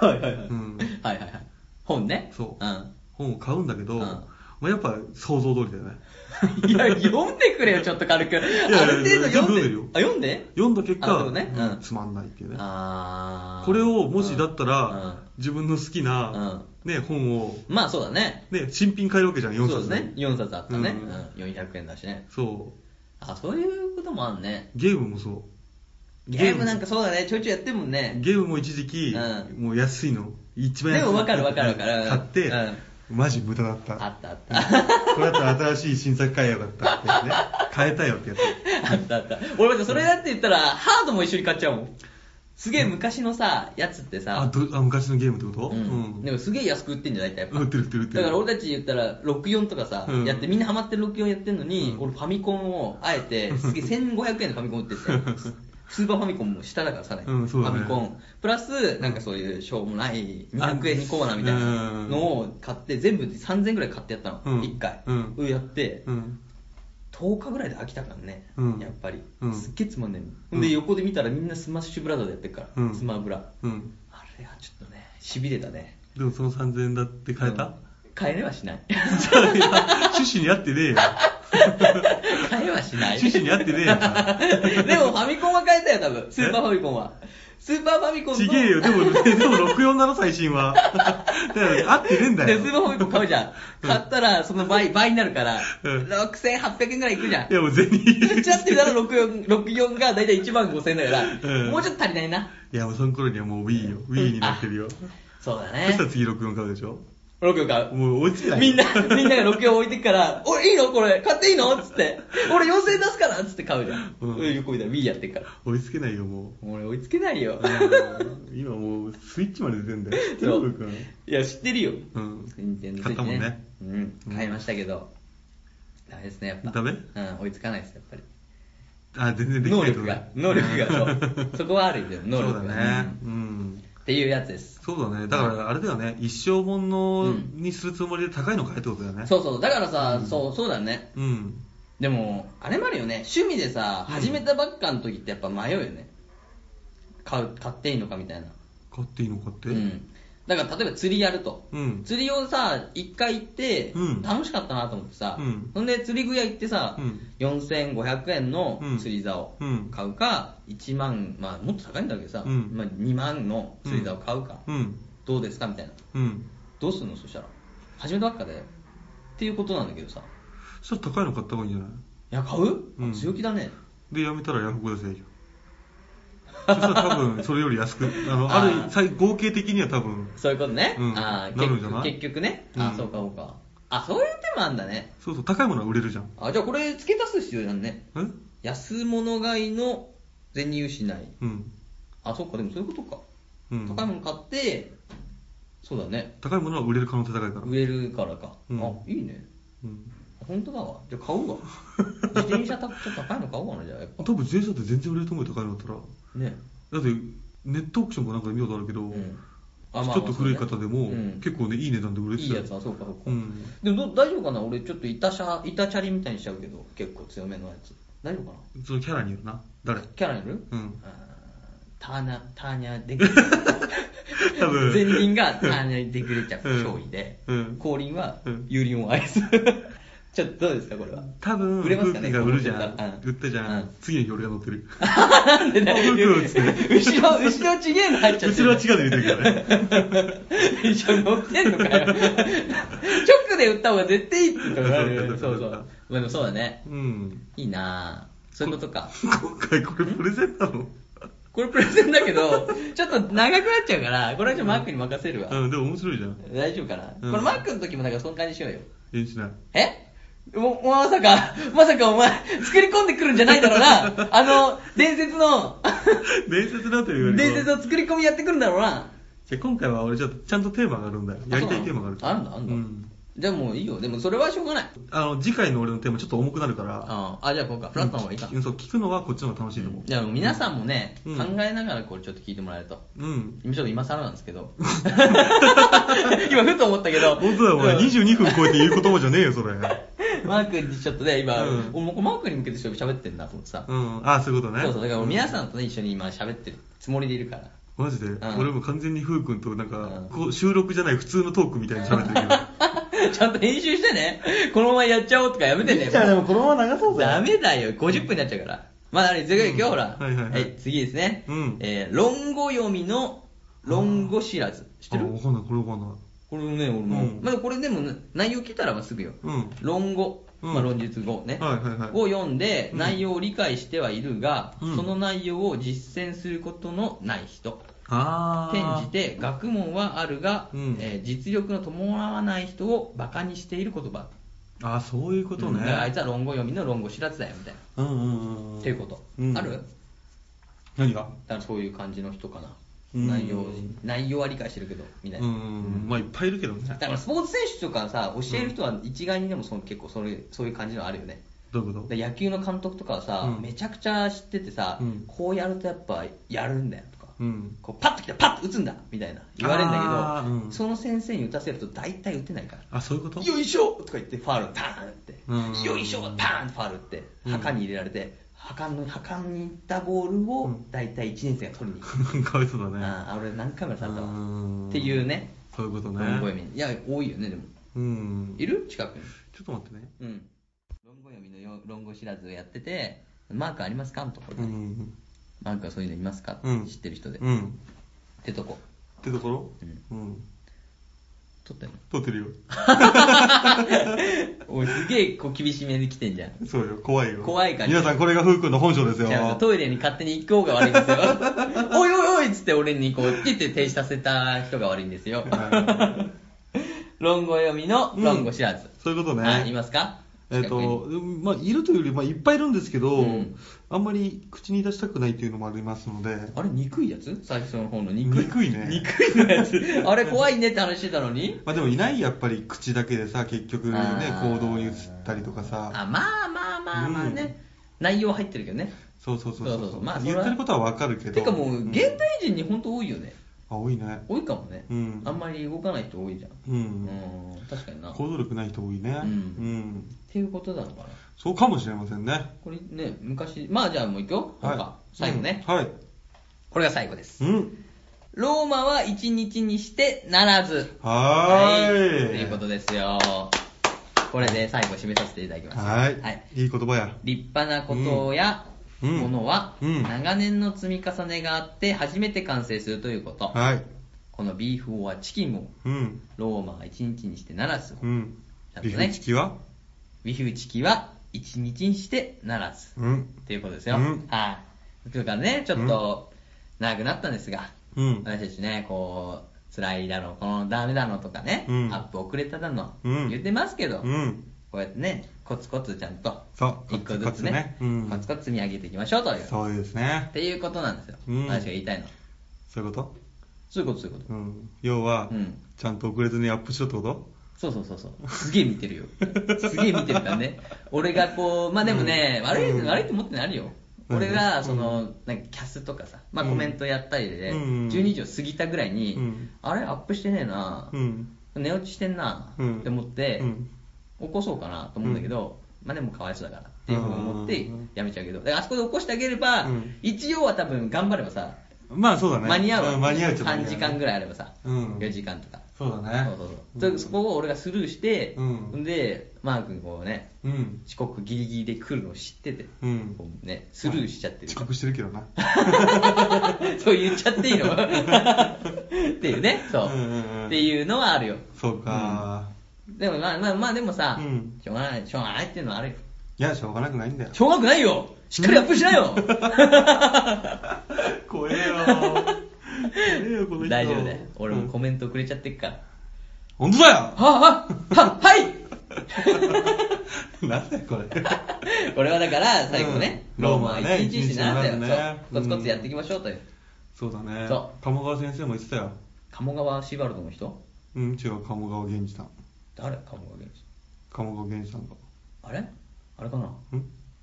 はいはいはい。うんはいはいはい。本ね。そううん。 本を買うんだけど、うんまあ、やっぱ想像通りだよねいや、読んでくれよ、ちょっと軽く。あいるや程度読ん全部読んでるよで。あ、読んで読んだ結あ果、そうねうんうんつまんないっていうねあーこれをもしだったら、うん自分の好きな、ね、本を、うんまあそうだね。ね、新品買えるわけじゃん4そう冊ですね。4冊あったね。ううんん。400円だしね。そうあ、そういうこともあんね。ゲームもそゲームなんかそうだね。ちょいちょいやってるもんうね。ゲームも一時期、うもう安いの一番安でいも分かる分かる分かる。買って、うんマジ無駄だっあたったあ った。これだったら新しい新作買えよかったってやつね買えたよってやつあったあった。俺またそれだって言ったら、ハードも一緒に買っちゃうもん。すげえ昔のさ、やつってあさ、どあ昔のゲームってことううんん。でもすげえ安く売ってんじゃないやっぱ。売ってる売ってる売ってるだから俺たち言ったら、64とかさうん、やって、みんなハマってる64やってんのにう、ん俺ファミコンを、あえて、 すげえ1500円のファミコン売ってたよスーパーファミコンも下だからさらに、うんそうだねファミコン。プラス、なんかそういうしょうもない200円コーナーみたいなのを買って、全部で3000ぐらい買ってやったの。うん1回。うんやって、うん10日ぐらいで飽きたからね、うんやっぱり、うんすっげえつまんねえうんので横で見たらみんなスマッシュブラザーズやってるから、うんスマブラうんあれはちょっとねしびれたねでもその3000円だって買えた、変えれはしないじゃあいや趣旨に合ってね えよ変えはしない趣旨に合ってねえよなでもファミコンは変えたよ多分スーパーファミコンはスーパーファミコンとちげえよでもでも64だろ最新はだから合ってねえんだでよスーパーファミコン買うじゃん買ったらその倍倍になるから、うん6800円ぐらいいくじゃんいやもう全員 言っちゃってたら64 64が大体1万5000円だから、うんもうちょっと足りないないやもうその頃にはもう Wii よ Wii になってるよそうだそしねたら次64買うでしょ64買うもう追いつけないみんな、みんなが64置いてっから、俺いいのこれ、買っていいのつって。俺4000円出すからつって買うじゃん。ううんん。横見たら Wii やってっから。追いつけないよも俺追いつけないよ。う今もうスイッチまで出てんだよそうう君いや、知ってるよ。うん任天堂買ったもんねうん。買いましたけど。ダメですね、やっぱ。ダメうん、追いつかないです、やっぱり。あ全然できな能いと力思うが、能力が、そう。 そこはあるよ、能そ力うが。だねううんんっていうやつです。そうだねだからあれだよね一生ものうんにするつもりで高いの買えってことだよねそうそう。だからさ、そう、そうだね。うんでも、あれもあるよね、趣味でさ、始めたばっかの時ってやっぱ迷うよね。買う、買っていいのかみたいな。買っていいの買ってうん。だから例えば釣りやると。うん釣りをさ、一回行ってうん、楽しかったなと思ってさ、うんほんで釣り具屋行ってさ、うん4500円のうん釣り竿うん買うか、1万、まあもっと高いんだけどさ、うんまあ2万の釣り竿買うか、うんどうですかみたいな。うんどうするのそしたら。始めたばっかで。っていうことなんだけどさ。そしたら高いの買った方がいいんじゃないいや、買う、うん強気だね。でやめたらヤフコでせえよそしたら多分それより 安くあのああるー最合計的には多分そういうことね。うんあーなるん結じゃな局い結局ね。うあんー、そうか、そうか。あ、そういう手もあんだね。そうそう高いものは売れるじゃんあ、じゃあこれ付け足す必要じゃんね。え安物買いの全入しない。うんあ、そうか、でもそういうことか。うん高いもの買って、そうだね。高いものは売れる可能性高いから売れるからか。うんあ、いいね。うん本当だわ。じゃあ買うわ。 自転車たちょっと高いの買おうかな、じゃあやっぱ。多分自転車って全然売れると思うよ高いのだったらね。だってネットオークションかなんかで見たことあるけど、うん。あまあちょっと古い方そでも、うねうん結構ねいい値段で売れていいやつは、そうか、そうか。うんでもど大丈夫かな俺ちょっと板車、板チャリみたいにしちゃうけど、結構強めのやつ。大丈夫かそのキャラによるな誰なキャラにいるうんあーターナ、ターニャデ 多分前輪がターニャデグレチャうん勝利でうん、後輪はうんユーリオンアイス。 ちょっとどうですか、こ れは。多分売れますかねフー君が売るじゃこのん、人売ったじゃん、うん次の日俺が乗ってるなんでだよあ僕っつって 後ろ、後ろちげえの入っちゃうってちる。のは違うの入れてるけどね 一緒に乗ってんのか よ。直で売った方が絶対いいって言ったらねそうそう。まあでもそうだね。うんいいなぁ。そういうことか。今回これプレゼンなのこれプレゼンだけど、ちょっと長くなっちゃうから、これはちょっとマークに任せるわ。うんでも面白いじゃん大丈夫かな、うんこれマークの時もなんかそんな感じしようよ。えしないえも、もうまさか、まさかお前、作り込んでくるんじゃないだろうな。あの、伝説の、伝説だというよりも伝説の作り込みやってくるんだろうな。じゃあ今回は俺ちょっとちゃんとテーマがあるんだよやりたいテーマがあるあるんだ、あるんだ。うんじゃあもういいよ。でもそれはしょうがない。あの次回の俺のテーマちょっと重くなるからああ、じゃあ今回フラットの方がいいか。うんそう聞くのはこっちの方が楽しいと思うじゃあもう皆さんもね、うん考えながらこれちょっと聞いてもらえると。うん今ちょっと今更なんですけ ど。今ふと思ったけど。本当だよお前うん 22分超えて言う言葉じゃねえよそれマー君にちょっとね、今、うんおもうマー君に向けてちょっと喋ってんだと思ってさ。うん。あ、そういうことね。そうそう、だから俺ん皆さんとね、一緒に今喋ってるつもりでいるから。マジで、ん俺も完全にふうくんとなんか、うんこう収録じゃない普通のトークみたいに喋ってるけど。ちゃんと編集してね。このままやっちゃおうとかやめてね。もこのまま流そダメだよ。50分になっちゃうから。まあ、あれ、次今日ほら。はいはいはい次ですね。うんえー論語読みの論語知らず。 知ってるあ、わかんない、これわかんない。これもね、俺も。うんまあ、これでもね内容聞いたらまあすぐよ。うん論語、うんまあ、論述語ね。はいはいはいを読んで、うん内容を理解してはいるが、うんその内容を実践することのない人。あ転じて、学問はあるが、うんえー実力の伴わない人を馬鹿にしている言葉。あーそういうことうんだね。からあいつは論語読みの論語知らずだよ、みたいな。うんうんうんうん。っていうこと。うんある何がだからそういう感じの人かな、うん内容内容は理解してるけどみたういんな、うん。まあいっぱいいるけどね。だからスポーツ選手とかさ教える人は一概にでもその結構それそういう感じのあるよねどういうことだから野球の監督とかはさ、うんめちゃくちゃ知っててさ、うんこうやるとやっぱやるんだよとか、うん。こうパッと来たらパッと打つんだみたいな言われるんだあけど、ーうんその先生に打たせると大体打てないからあ、そういうことよいしょとか言ってファールパーンって、うんよいしょパーンってファールってうん墓に入れられて、墓の墓に行ったボールうをん大体1年生が取りに行く、 かわいそうだね。ああ俺何回もやらされたわうんっていうねそういうことね。論語読みいや多いよねでもうん。いる近くにちょっと待ってね。うん論語読みのよ論語知らずをやっててマークありますかんところうで、ん。マークはそういうのいますか、うん知ってる人で、うっん。てとこってところうんうん。撮ったよね撮ってるよ。おいすげえこう厳しめに来てんじゃんそうよ、怖いよ。怖いから皆さん、これがふうくんの本性ですよじ。ゃあトイレに勝手に行こうが悪いんです よおいおいおいっつって俺にこうピッて停止させた人が悪いんですよ論語読みの論語知らず、そういうことあいね。ますかえっ、近くにと、うんまあ、いるというより、まあ、いっぱいいるんですけど、うんあんまり口に出したくないというのもありますので、あれ、憎いやつ最初の方の憎い。憎いね憎いやつ。あれ、怖いねって話してたのに。まあ、でもいない、やっぱり口だけでさ、結局ねあ、ー行動に移ったりとかあ、さ、まあまあまあまあね。内容入ってるけどね。そうそうそうそうそうそうまあそれ言はってることはわかるけど。てかもんう、現代人に本当多いよね。あ、多いね。多いかもね。うんあんまり動かない人多いじゃん。うん。うん、確かにな。っ行動力ない人多いね。うんんていうことなのかな。そうかもしれませんね。これね、昔、まあじゃあもう行くよ。なんか最後ね。うんはい。これが最後です。うん。ローマは一日にしてならず。はとーい。いうことですよ。これで最後締めさせていただきます。はい。はいい。。い言葉や。立派なことや、うんものは、うん長年の積み重ねがあって初めて完成するということ、はい。このビーフオはチキンもうん。ローマが一日にしてならず、うん。ちゃんとビフねチキはビーフチキは一日にしてならずうん。ということですよ、うんはいというからねちょっと長くなったんですが、うん。私たちねこう辛いだのこのダメだのとかね、うんアップ遅れただの、うん言ってますけど、うん。こうやってねコツコツちゃんとそう一個ずつねコツコツねうんコツコツ積み上げていきましょうというそうですねっ。ていうことなんですよ、うん私が言いたいのはそういうことそういうことそういうことうん。要は、うんちゃんと遅れずにアップしろってことそうそうそうそうすげえ見てるよすげえ見てるからね俺がこうまあでもね、悪い悪いと思ってないようん俺がうんその、なんかキャスとかさ、まあ、うんコメントやったりで、うん12時を過ぎたぐらいに、うんあれアップしてねえなう、ん。寝落ちしてんな、うんって思って、うん。起こそうかなと思うんだけど、まあでもかわいそうだからっていうふうに思ってやめちゃうけど、だからあそこで起こしてあげれば、うん一応は多分頑張ればさ、まあそうだね。間に合うわけ、ん間に合うっちゃ3時間ぐららい。いあればさ、うん4時間とかそうだそうね。そうそう、そこを俺がスルーして、うんでマー君こうねうん。遅刻ギリギリで来るのを知ってて、うんこうね、スルーしちゃってる遅刻してるけどな。 そう言っちゃっていいのっていうねそう、うんうんうんっていうのはあるよそうか。でもまあまあまあでもさ、うんしょうがないしょうがないっていうのはあるよいや、しょうがなくないんだよ。しょうがなくないよしっかりアップしなよ怖えよ。怖えよ、この 人。大丈夫だよ俺うもんコメントくれちゃってっから、本当だよは あはあははいなんだよ、これ。 これはだから最後ね、うんローマはローマはね一日になるんだよ、一日になるねそうコツコツやっていきましょうという、そうだね。そ鴨川先生も言ってたよ。鴨川シーワルドの人うん、違う、鴨川源氏さん。誰鴨川源氏鴨川源氏さんが。あれあれかなん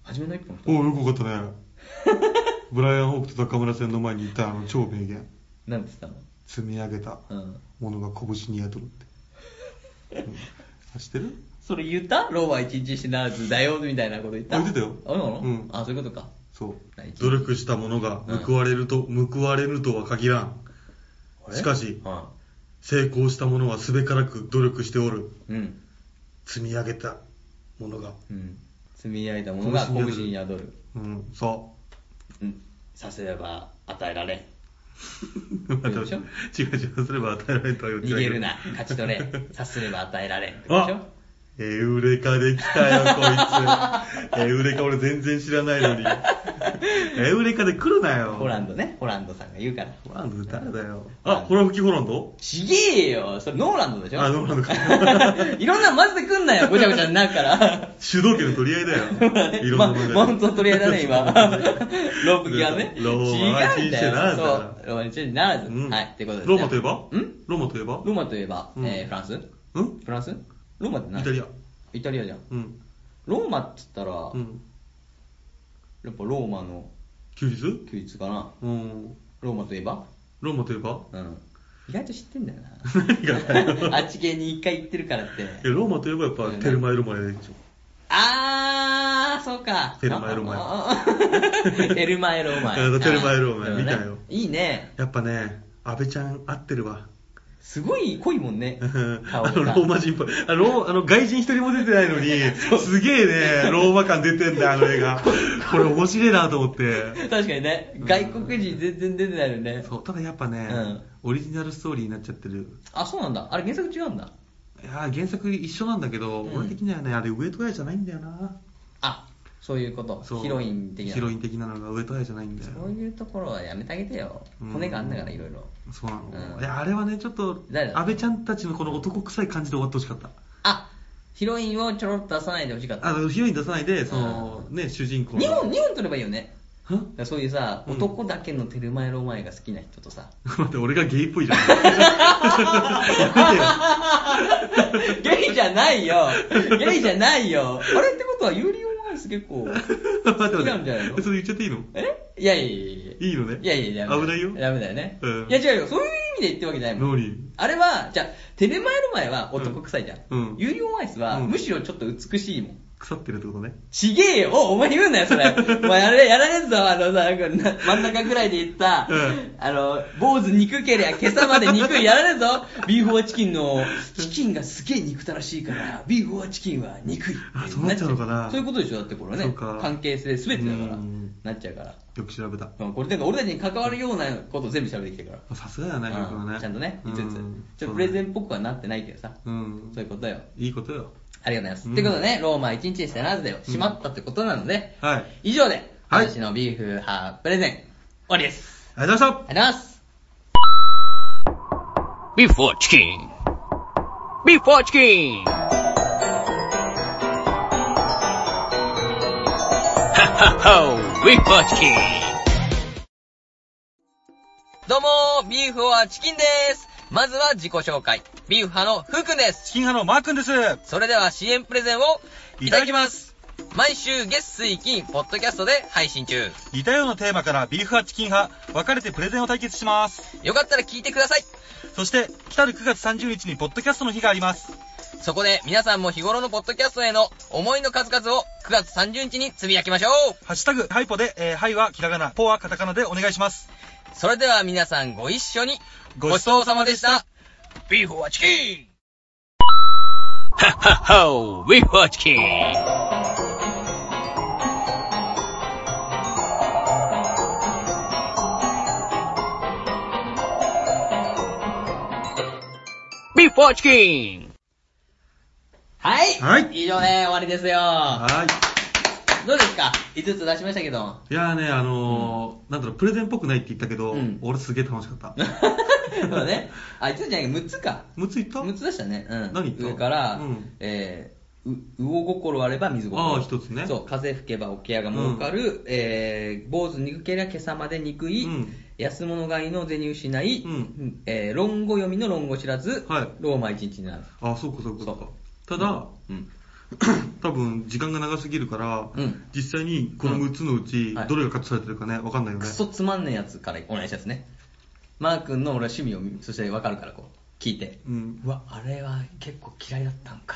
初めの一歩の人おお、よくわかったね。ブライアン・ホークと高村戦の前に言ったあの超名言。 なんて言って積み上げたたのうんものが拳に宿るって。うん、知ってるそれ言ったローは一日死なずだよみたいなこと言ったあ言ってたよあそうなの、うんあそういうことかそう大事努力した者が報われると、報われるとは限らんあれしかしは成功した者はすべからく努力しておるいうん積み上げた者がうん積み上げたものが拳に宿る拳に宿るうんそ うんさせれば与えられんうまたでしょ違う違うすれば与えられたよ逃げるな勝ち取 れさすれば与えられんってことでしょあエウレカできたよ、 こいつ。エウレカ俺全然知らないのに。エウレカで来るなよ。ホランドねホランドさんが言うからホランド誰だよ。あ、ホラ吹きホランドちげえよそれノーランドでしょあ、ノーランドか。 いろんなの混ぜてくんなよごちゃごちゃになるから主導権の取り合いだ よ。いろんなものでまマウントの取り合いだね、 今。ロープ際ね。ローマは違うんだ人生ならよ。ずそだからう、ローマ人生ならず。うんはい、ってことですね。ローマといえばんローマといえばローマといえば、うんえーフランスうんフランスローマって何イタリア。イタリアじゃん。うん。ローマって言ったら、うん。やっぱローマの休日休日かな。うん。ローマといえばローマといえば うん。意外と知ってんだよ何がだよ。 な。あっち系に一回行ってるからって。いやローマといえばやっぱテルマエロマエでしょ。あー、そうか。テルマエロマエあ。 テルマエロマエ。テルマエロマエあー見たよいいね。やっぱね、安倍ちゃん合ってるわ。すごい濃いもんね あ。顔のロが。ーマ人っぽいあローあの外人一人も出てないのに、すげえね、ローマ感出てんだ、あの映画。これ面白いなと思って。確かにね、外国人全然出てないよね。そう、ただやっぱね、うんオリジナルストーリーになっちゃってる。あ、そうなんだ。あれ原作違うんだ。いやー原作一緒なんだけど、うん俺的にはね、あれ上戸彩じゃないんだよな。あ、そういうこと。そうヒロイン的な。ヒロイン的なのが上戸彩じゃないんだよ。そういうところはやめてあげてようん。骨があんだからいろいろ。そうなの、うんいや、あれはね、ちょっと、誰だ安倍ちゃんたちのこの男臭い感じで終わってほしかった。あ、ヒロインをちょろっと出さないでほしかっあた。の、ヒロイン出さないで、その、ね、主人公の。 2本、2本取ればいいよね。はだからそういうさ、うん男だけのテルマエロマエが好きな人とさ。待って、俺がゲイっぽいじゃん。 やめてよ。 ゲイじゃないよゲイじゃないよあれってことはユーリオンアイス結構待って好きなんじゃない待っのて。それ言っちゃっていいのえいやいやいやいやいいのねいやいや、危ないよ。ダメだよね。うんいや違うよ、そういう意味で言ってるわけじゃないもん。何あれは、じゃあテレマエの前は男臭いじゃん。うんユーリオンアイスは、うんむしろちょっと美しいもん。腐ってるってことね。ちげえよおお前言うなよ、そ れ。お前あれ、やられんぞ、あのさ、なんかな真ん中ぐらいで言った、うんあの、坊主憎けりゃ今朝まで憎い、やられん ぞビーフォアチキンの、チキンがすげえ憎たらしいから、ビーフォアチキンは憎い。あそうなっちゃうのかなそういうことでしょ、だってこれそねうか。関係性全てだからうん、なっちゃうから。よく調べた。うんこれなんか俺たちに関わるようなことを全部喋ってきてるから。さすがだよね、よくはうね。んちゃんとね、う5つ。ちょっとそうプレゼンっぽくはなってないけどさ。うんそういうことよ。いいことよ。ありがとうございます。うんってことでね、ローマ1日にしてなぜだよ。閉まったってことなので、はい。あり以上で、はい私のビーフ派プレゼン、終わりです。がとうございましたありがとうございます。 Before chicken. Before chicken. Ha ha ha. Before chicken. どうもー、ビーフはチキンです。まずは自己紹介。ビーフ派のふくんです。チキン派のマー君です。それでは CM プレゼンをいただきます。毎週月水金、ポッドキャストで配信中。似たようなテーマからビーフ派、チキン派、分かれてプレゼンを対決します。よかったら聞いてください。そして、来たる9月30日にポッドキャストの日があります。そこで皆さんも日頃のポッドキャストへの思いの数々を9月30日につぶやきましょう。ハッシュタグ、ハイポで、えーハイはひらがな、ポはカタカナでお願いします。それでは皆さんご一緒にごちそうさまでした。 Before chicken. Ha ha ha. Before chicken. Before chicken. はい、はい以上で終わりですよ。はどうですか ?5 つ出しましたけど。い。いやーね、あのー、なんだろう、プレゼンっぽくないって言ったけどうん、俺すげえ楽し かった。そうね。あ、5つじゃない6つか。むついった6つ出したね。うん。何言った上から、うんえー、う、魚心あれば水心。あー一つねそう、風吹けば桶屋が儲かる、えー、坊主憎けりゃ今朝まで憎い、うん安物買いの銭失い、うんえー、論語読みの論語知らず、はいローマ一日になる。あ、そうかそうかそうか。た だ、うん。多分時間が長すぎるから、うん実際にこの6つのうち、はいどれがカットされてるかね、わかんないよねク。ソつまんねえやつからお願いしますね。マー君の俺は趣味を見、そして分かるからこう、聞いて。うん。うわ、あれは結構嫌いだったんか。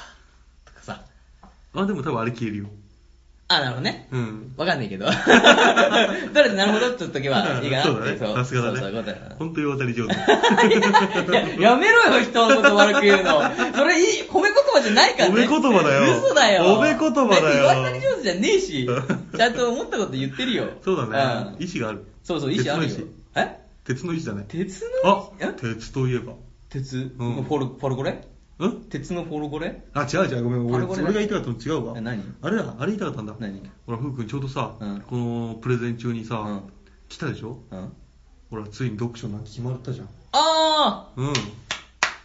とかさ。あ、でも多分あれ消えるよ。あ、なるほどね。うん。わかんないけど。 とりあえずなるほどって言っとけばいいかなってそうだね。さすがそうそうだそういうねこ。と本当に渡り 上手。や やめろよ、人のこと悪く言うの。それいい、褒め言葉じゃないからね。褒め言葉だよ嘘だよ。褒め言葉だよって言われたり上手じゃねえし、ちゃんと思ったこと言ってるよ。そうだね。ん意志がある。そうそう、意思あるよ鉄の意。え鉄の意志だね。鉄あのえ、鉄といえば。鉄のフォル、フォルコレうん鉄のフォルコレあ、違う違う、ごめん、あ俺、れこれそれが言いたかったの違うわ。え何あれだ、あれ言いたかったんだ。何ほら、ふうくん、ちょうどさ、うんこのプレゼン中にさ、うん来たでしょうん。ほら、ついに読書なんて決まったじゃん。あうん。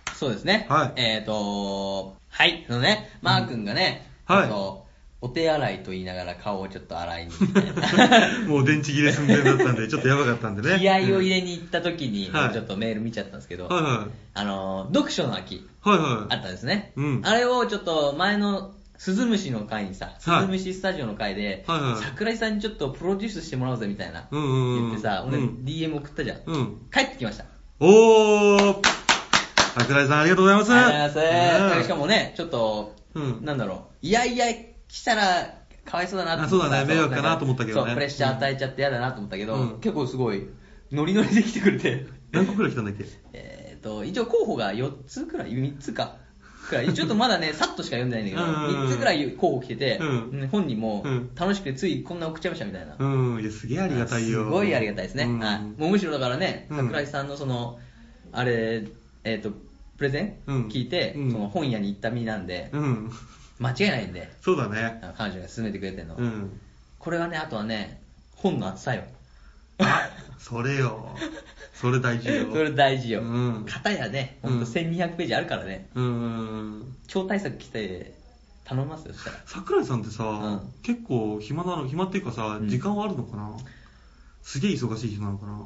ーそうですね。はいえっと、はい、そのね、マー君がね、うんはいちょっとお手洗いと言いながら顔をちょっと洗いに行ってもう電池切れ寸前だったんで、ちょっとやばかったんで ね。気合を入れに行った時に、はいちょっとメール見ちゃったんですけど、はいはあの、読書の秋、い。はいはあい。ったんですね。うんあれをちょっと前の、スズムシの回にさ、スはいズムシスタジオの回で、はいはい桜井さんにちょっとプロデュースしてもらおうぜみたいな、うんうんうん言ってさ、俺うん DM 送ったじゃん。うん。帰ってきました。おー桜井さん、ありがとうございます。ありがとうございます。うんしかもね、ちょっと、うんなんだろう、いやいや、来たら、かわいそうだなと思あそうだね迷惑かなと思ったけどねそう、プレッシャー与えちゃって嫌だなと思ったけど、うん結構すごい、ノリノリで来てくれて。何個くらい来たんだっけえー、と一応候補が4つくらい3つかくらいちょっとまだ ねさっとしか読んでないんだけどうんうんうん3つくらい候補来てて、うんね本人もうん楽しくてついこんな送っちゃいましたみたいな、うん、いや、すげえありがたいよ。すごいありがたいですね、うんはいもうむしろだからねうん桜井さんのそのあれえっ、とプレゼン、うん聞いて、うんその本屋に行った身なんで、うん。間違いないんでそうだね。あの彼女が勧めてくれてるの、うん。これはねあとはね本の厚さよそれよ。それ大 そ事よ。れ大事よ、うん片やねほんと1200ページあるからね、うん。超対策来て頼みますよそしたら桜井さんってさ、うん結構暇なの、暇っていうかさ、うん時間はあるのかなすげえ忙しい人なのかな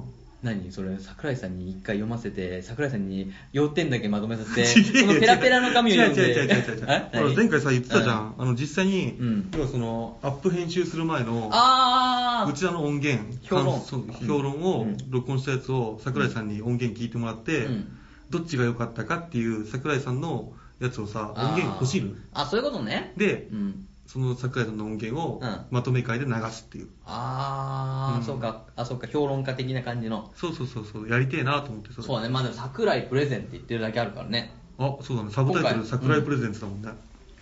何それ桜井さんに一回読ませて桜井さんに要点だけまとめさせ てちげえそよのペラペラの紙を違う読んで違う違う違う違えうほら何前回さ言ってたじゃん、うあの実際に、うん要はそのアップ編集する前のあうちらの音源評論感想うん評論をうん録音したやつを桜井さんに音源聞いてもらって、うんどっちが良かったかっていう桜井さんのやつをさあ音源欲しいのよあそういうことねでうんその桜井さんの音源をうんまとめ会で流すっていう、ああ、うんそうかあそうか評論家的な感じのそうそうそうそうやりてえなと思ってそれそうだねまあでも桜井プレゼンって言ってるだけあるからねあそうだねサブタイト今ル回桜井プレゼンツだもんね、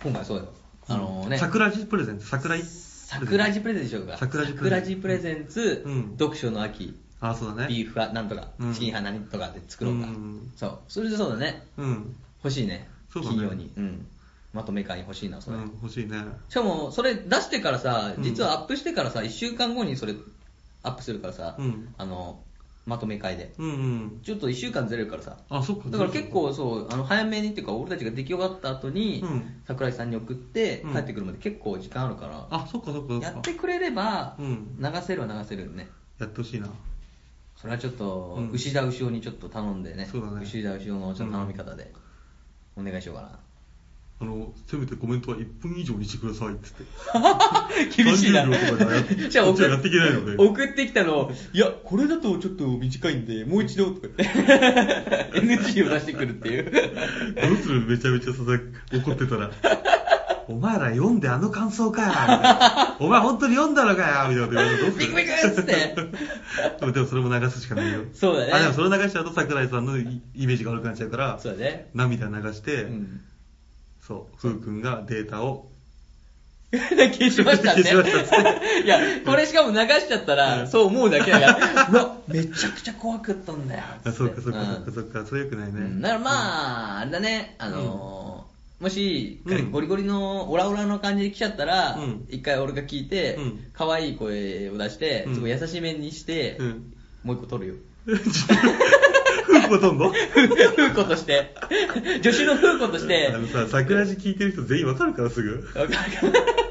今回そうだよあのね桜井プレゼンツ桜井桜地プレゼンでしょうか桜地プレゼン桜地プレゼンツ、うん読書の秋あそうだねビーフはなんとか、うんチキンは何とかで作ろうか、うんそうそれでそうだねうん欲しいねそうだね金曜に、うん、まとめ会欲しいなそうれ、ん欲しいねしかもそれ出してからさうん実はアップしてからさ1週間後にそれアップするからさ、うんあのまとめ会でうんうんちょっと1週間ずれるからさあそっかだから結構そうあの早めにっていうか俺たちが出来上がった後に、うん桜井さんに送ってうん帰ってくるまで結構時間あるから、あそっかそっかそっかやってくれれば、うん流せるは流せるよねやってほしいなそれはちょっと、うん牛田牛尾にちょっと頼んでねそうだね牛田牛尾のちょっと頼み方で、お願いしようかなあのせめてコメントは1分以上にしてくださいっつって 厳しいな。 30秒とかじゃな いじゃあこっちは送やっていけないので送ってきたのを、いや、これだとちょっと短いんで、もう一度 とか言って。NG を出してくるって いう。どうするめちゃめちゃさ怒ってたら。お前ら読んであの感想かよみたいなお前本当に読んだのかよみたいなこと言われたらビクビクっどうするつってでもでもそれも流すしかないよ。そうだねあ、でもそれ流しちゃうと桜井さんのイイメージが悪くなっちゃうから、そうだね。涙流して、うん。そう、ふうくんがデータを、 消しましたね。消しましたっつっていや、これしかも流しちゃったうら、んそう思うだけだ から、うわ、めちゃくちゃ怖かったんだよ。あそうかそうかんそうかそうか、それよくないね。うんだからまあ、あれだね、あのーもしうん、ゴリゴリのオラオラの感じで来ちゃったらうん、一回俺が聞いてうん、可愛い声を出してう、んすごい優しめにしてうん、もう一個撮るよ。ふうくんほとんど風子として、女子の風子としてあ、のさ、桜地聞いてる人全員わかるからすぐ。わかる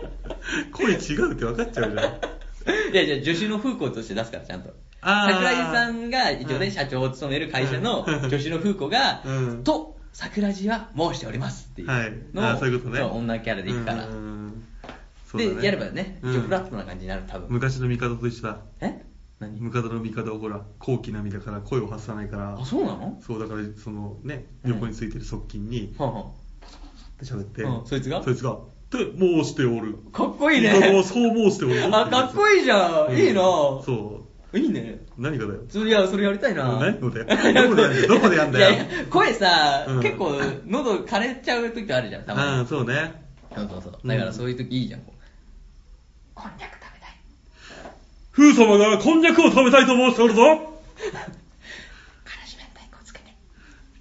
声違うって分かっちゃうじゃん。いや、じゃあ女子の風子として出すから、ちゃんと。あー桜井さんが一応うんね、社長を務める会社のうん女子の風子がうん、と、桜地は申しておりますっていうはいのあーそういうことねそう女キャラでいくから。うんそうだねで、やればね、うん一応フラットな感じになる、多分。昔の帝と一緒だ。え何帝の帝はほら、高貴な身だから声を発さないからあ、、そうなのそうだから、そのね、うん横についてる側近にはあは喋ってうんそいつがそいつが、と申しておる。かっこいい今ねも。そう申しておる。あ、かっこいいじゃん。いいな。そいいね。う。何がだよ。それいや、それやり たいな。何のだよ。どこでやんだよ。どこでやんだいよ。やいや声さ、うん結構、喉枯れちゃう時あるじゃん、たまあにあ、。そうね。そうそうそう。だからそういう時いいじゃん。こうこんにゃく食べたい。風様がこんにゃくを食べたいと申してお るぞ。からし明太子つけて。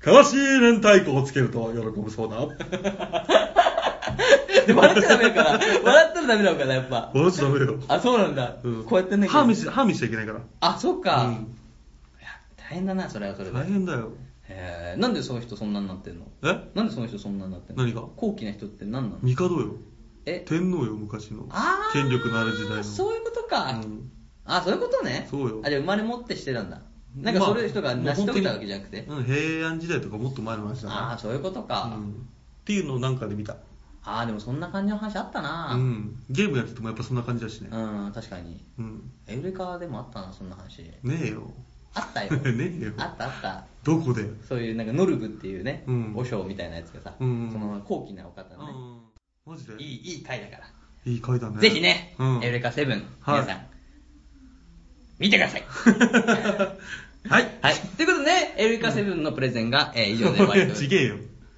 からし明太子をつけると喜ぶそうな。 で笑っちゃダメだから。笑ったらダメなのかな、やっぱ。笑っちゃダメよ。あ、そうなんだ。うんこうやってね。歯見し、歯見しちゃいけないから。あ、そっか。うんいや大変だな、それはそれで。大変だよ。えー、なんでその人そんなになってんのえなんでその人そんなになってんの何が高貴な人って何なの帝よ。え天皇よ、昔のあ。ー権力のある時代の。そういうことか、うんあそういうことねそうよあじゃあ生まれ持ってしてたんだなんかそういう人が成し遂げたわけじゃなくて、まあもう本当にうん、平安時代とかもっと前の話だああーそういうことか、うんっていうのをなんかで見た。ああでもそんな感じの話あったうなうん、ん。ゲームやっててもやっぱそんな感じだしね。確かにうん。エウレカでもあったなそんな話ねえよ。あったよ ねえよ。あったあったどこでそういうなんかノルブっていうね、うん和尚みたいなやつがさ、うんその高貴なお方のね、マジでいいいいい回だからい回だね。ぜひね、うんエウレカセブン、はい皆さん、見てください。 はい。はい。ということでね、エウレカセブンのプレゼンが、えー以上で終わりとい うことでちげえよ。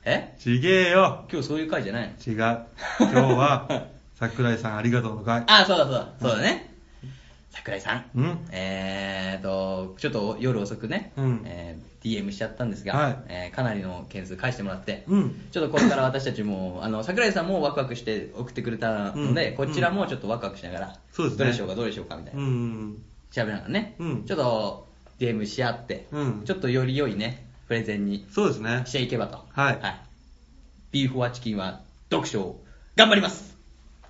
えちげえよ。今日そういう回じゃないの違う。今日 は、桜井さんありがとうの回。あ、そうだそうだ、そうだね。桜井さん。うん。えーと、ちょっと夜遅くね、うんえー DM しちゃったんですが、はいえーかなりの件数返してもらって、うん。ちょっとこれから私たちも、あの、桜井さんもワクワクして送ってくれたので、うんこちらもちょっとワクワクしながら、そうですどねれしようかどれしようかみたいなう、ん。調べながらね、うんちょっと DM し合って、うんちょっとより良いね、プレゼンにそうですねし。ていけばと。はいビーフォアチキンは読書を頑張ります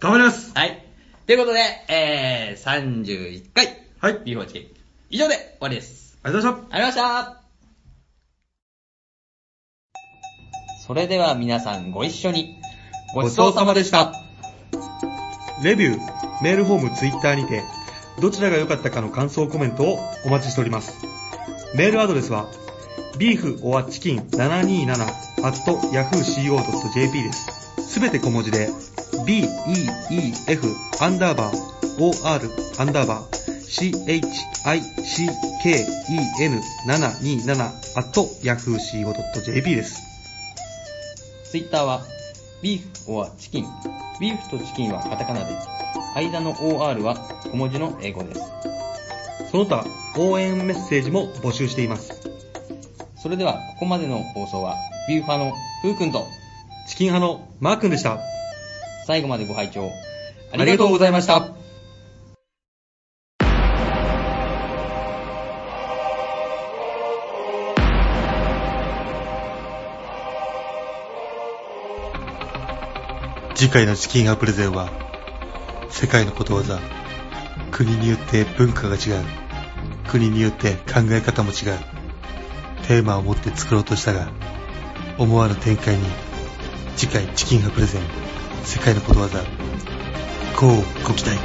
頑張ります。はい。ということで、えー、31回、はい。ありがとうビーフォアチキン、以上で終わりです。ございました。ありがとうございましたそれでは皆さんご一緒に、ごちそうさまでした。レビュー、メールフォーム、ツイッターにて、どちらが良かったかの感想コメントをお待ちしております。メールアドレスは、beeforchicken727-yahooco.jp です。すべて小文字で、beef アンダーバー or アンダーバー chicken727-yahooco.jp です。ツイッターは、ビーフ or チキン。ビーフとチキンはカタカナで、間の OR は小文字の英語です。その他、応援メッセージも募集しています。それではここまでの放送は、ビューファーのふうくんと、チキン派のマー君でした。最後までご拝聴あありがとりがとううごございました。次回のチキンハプレゼンは、世界のことわざ、国によって文化が違う、国によって考え方も違う、テーマを持って作ろうとしたが、思わぬ展開に、次回チキンハプレゼン、世界のことわざ、こうご期待。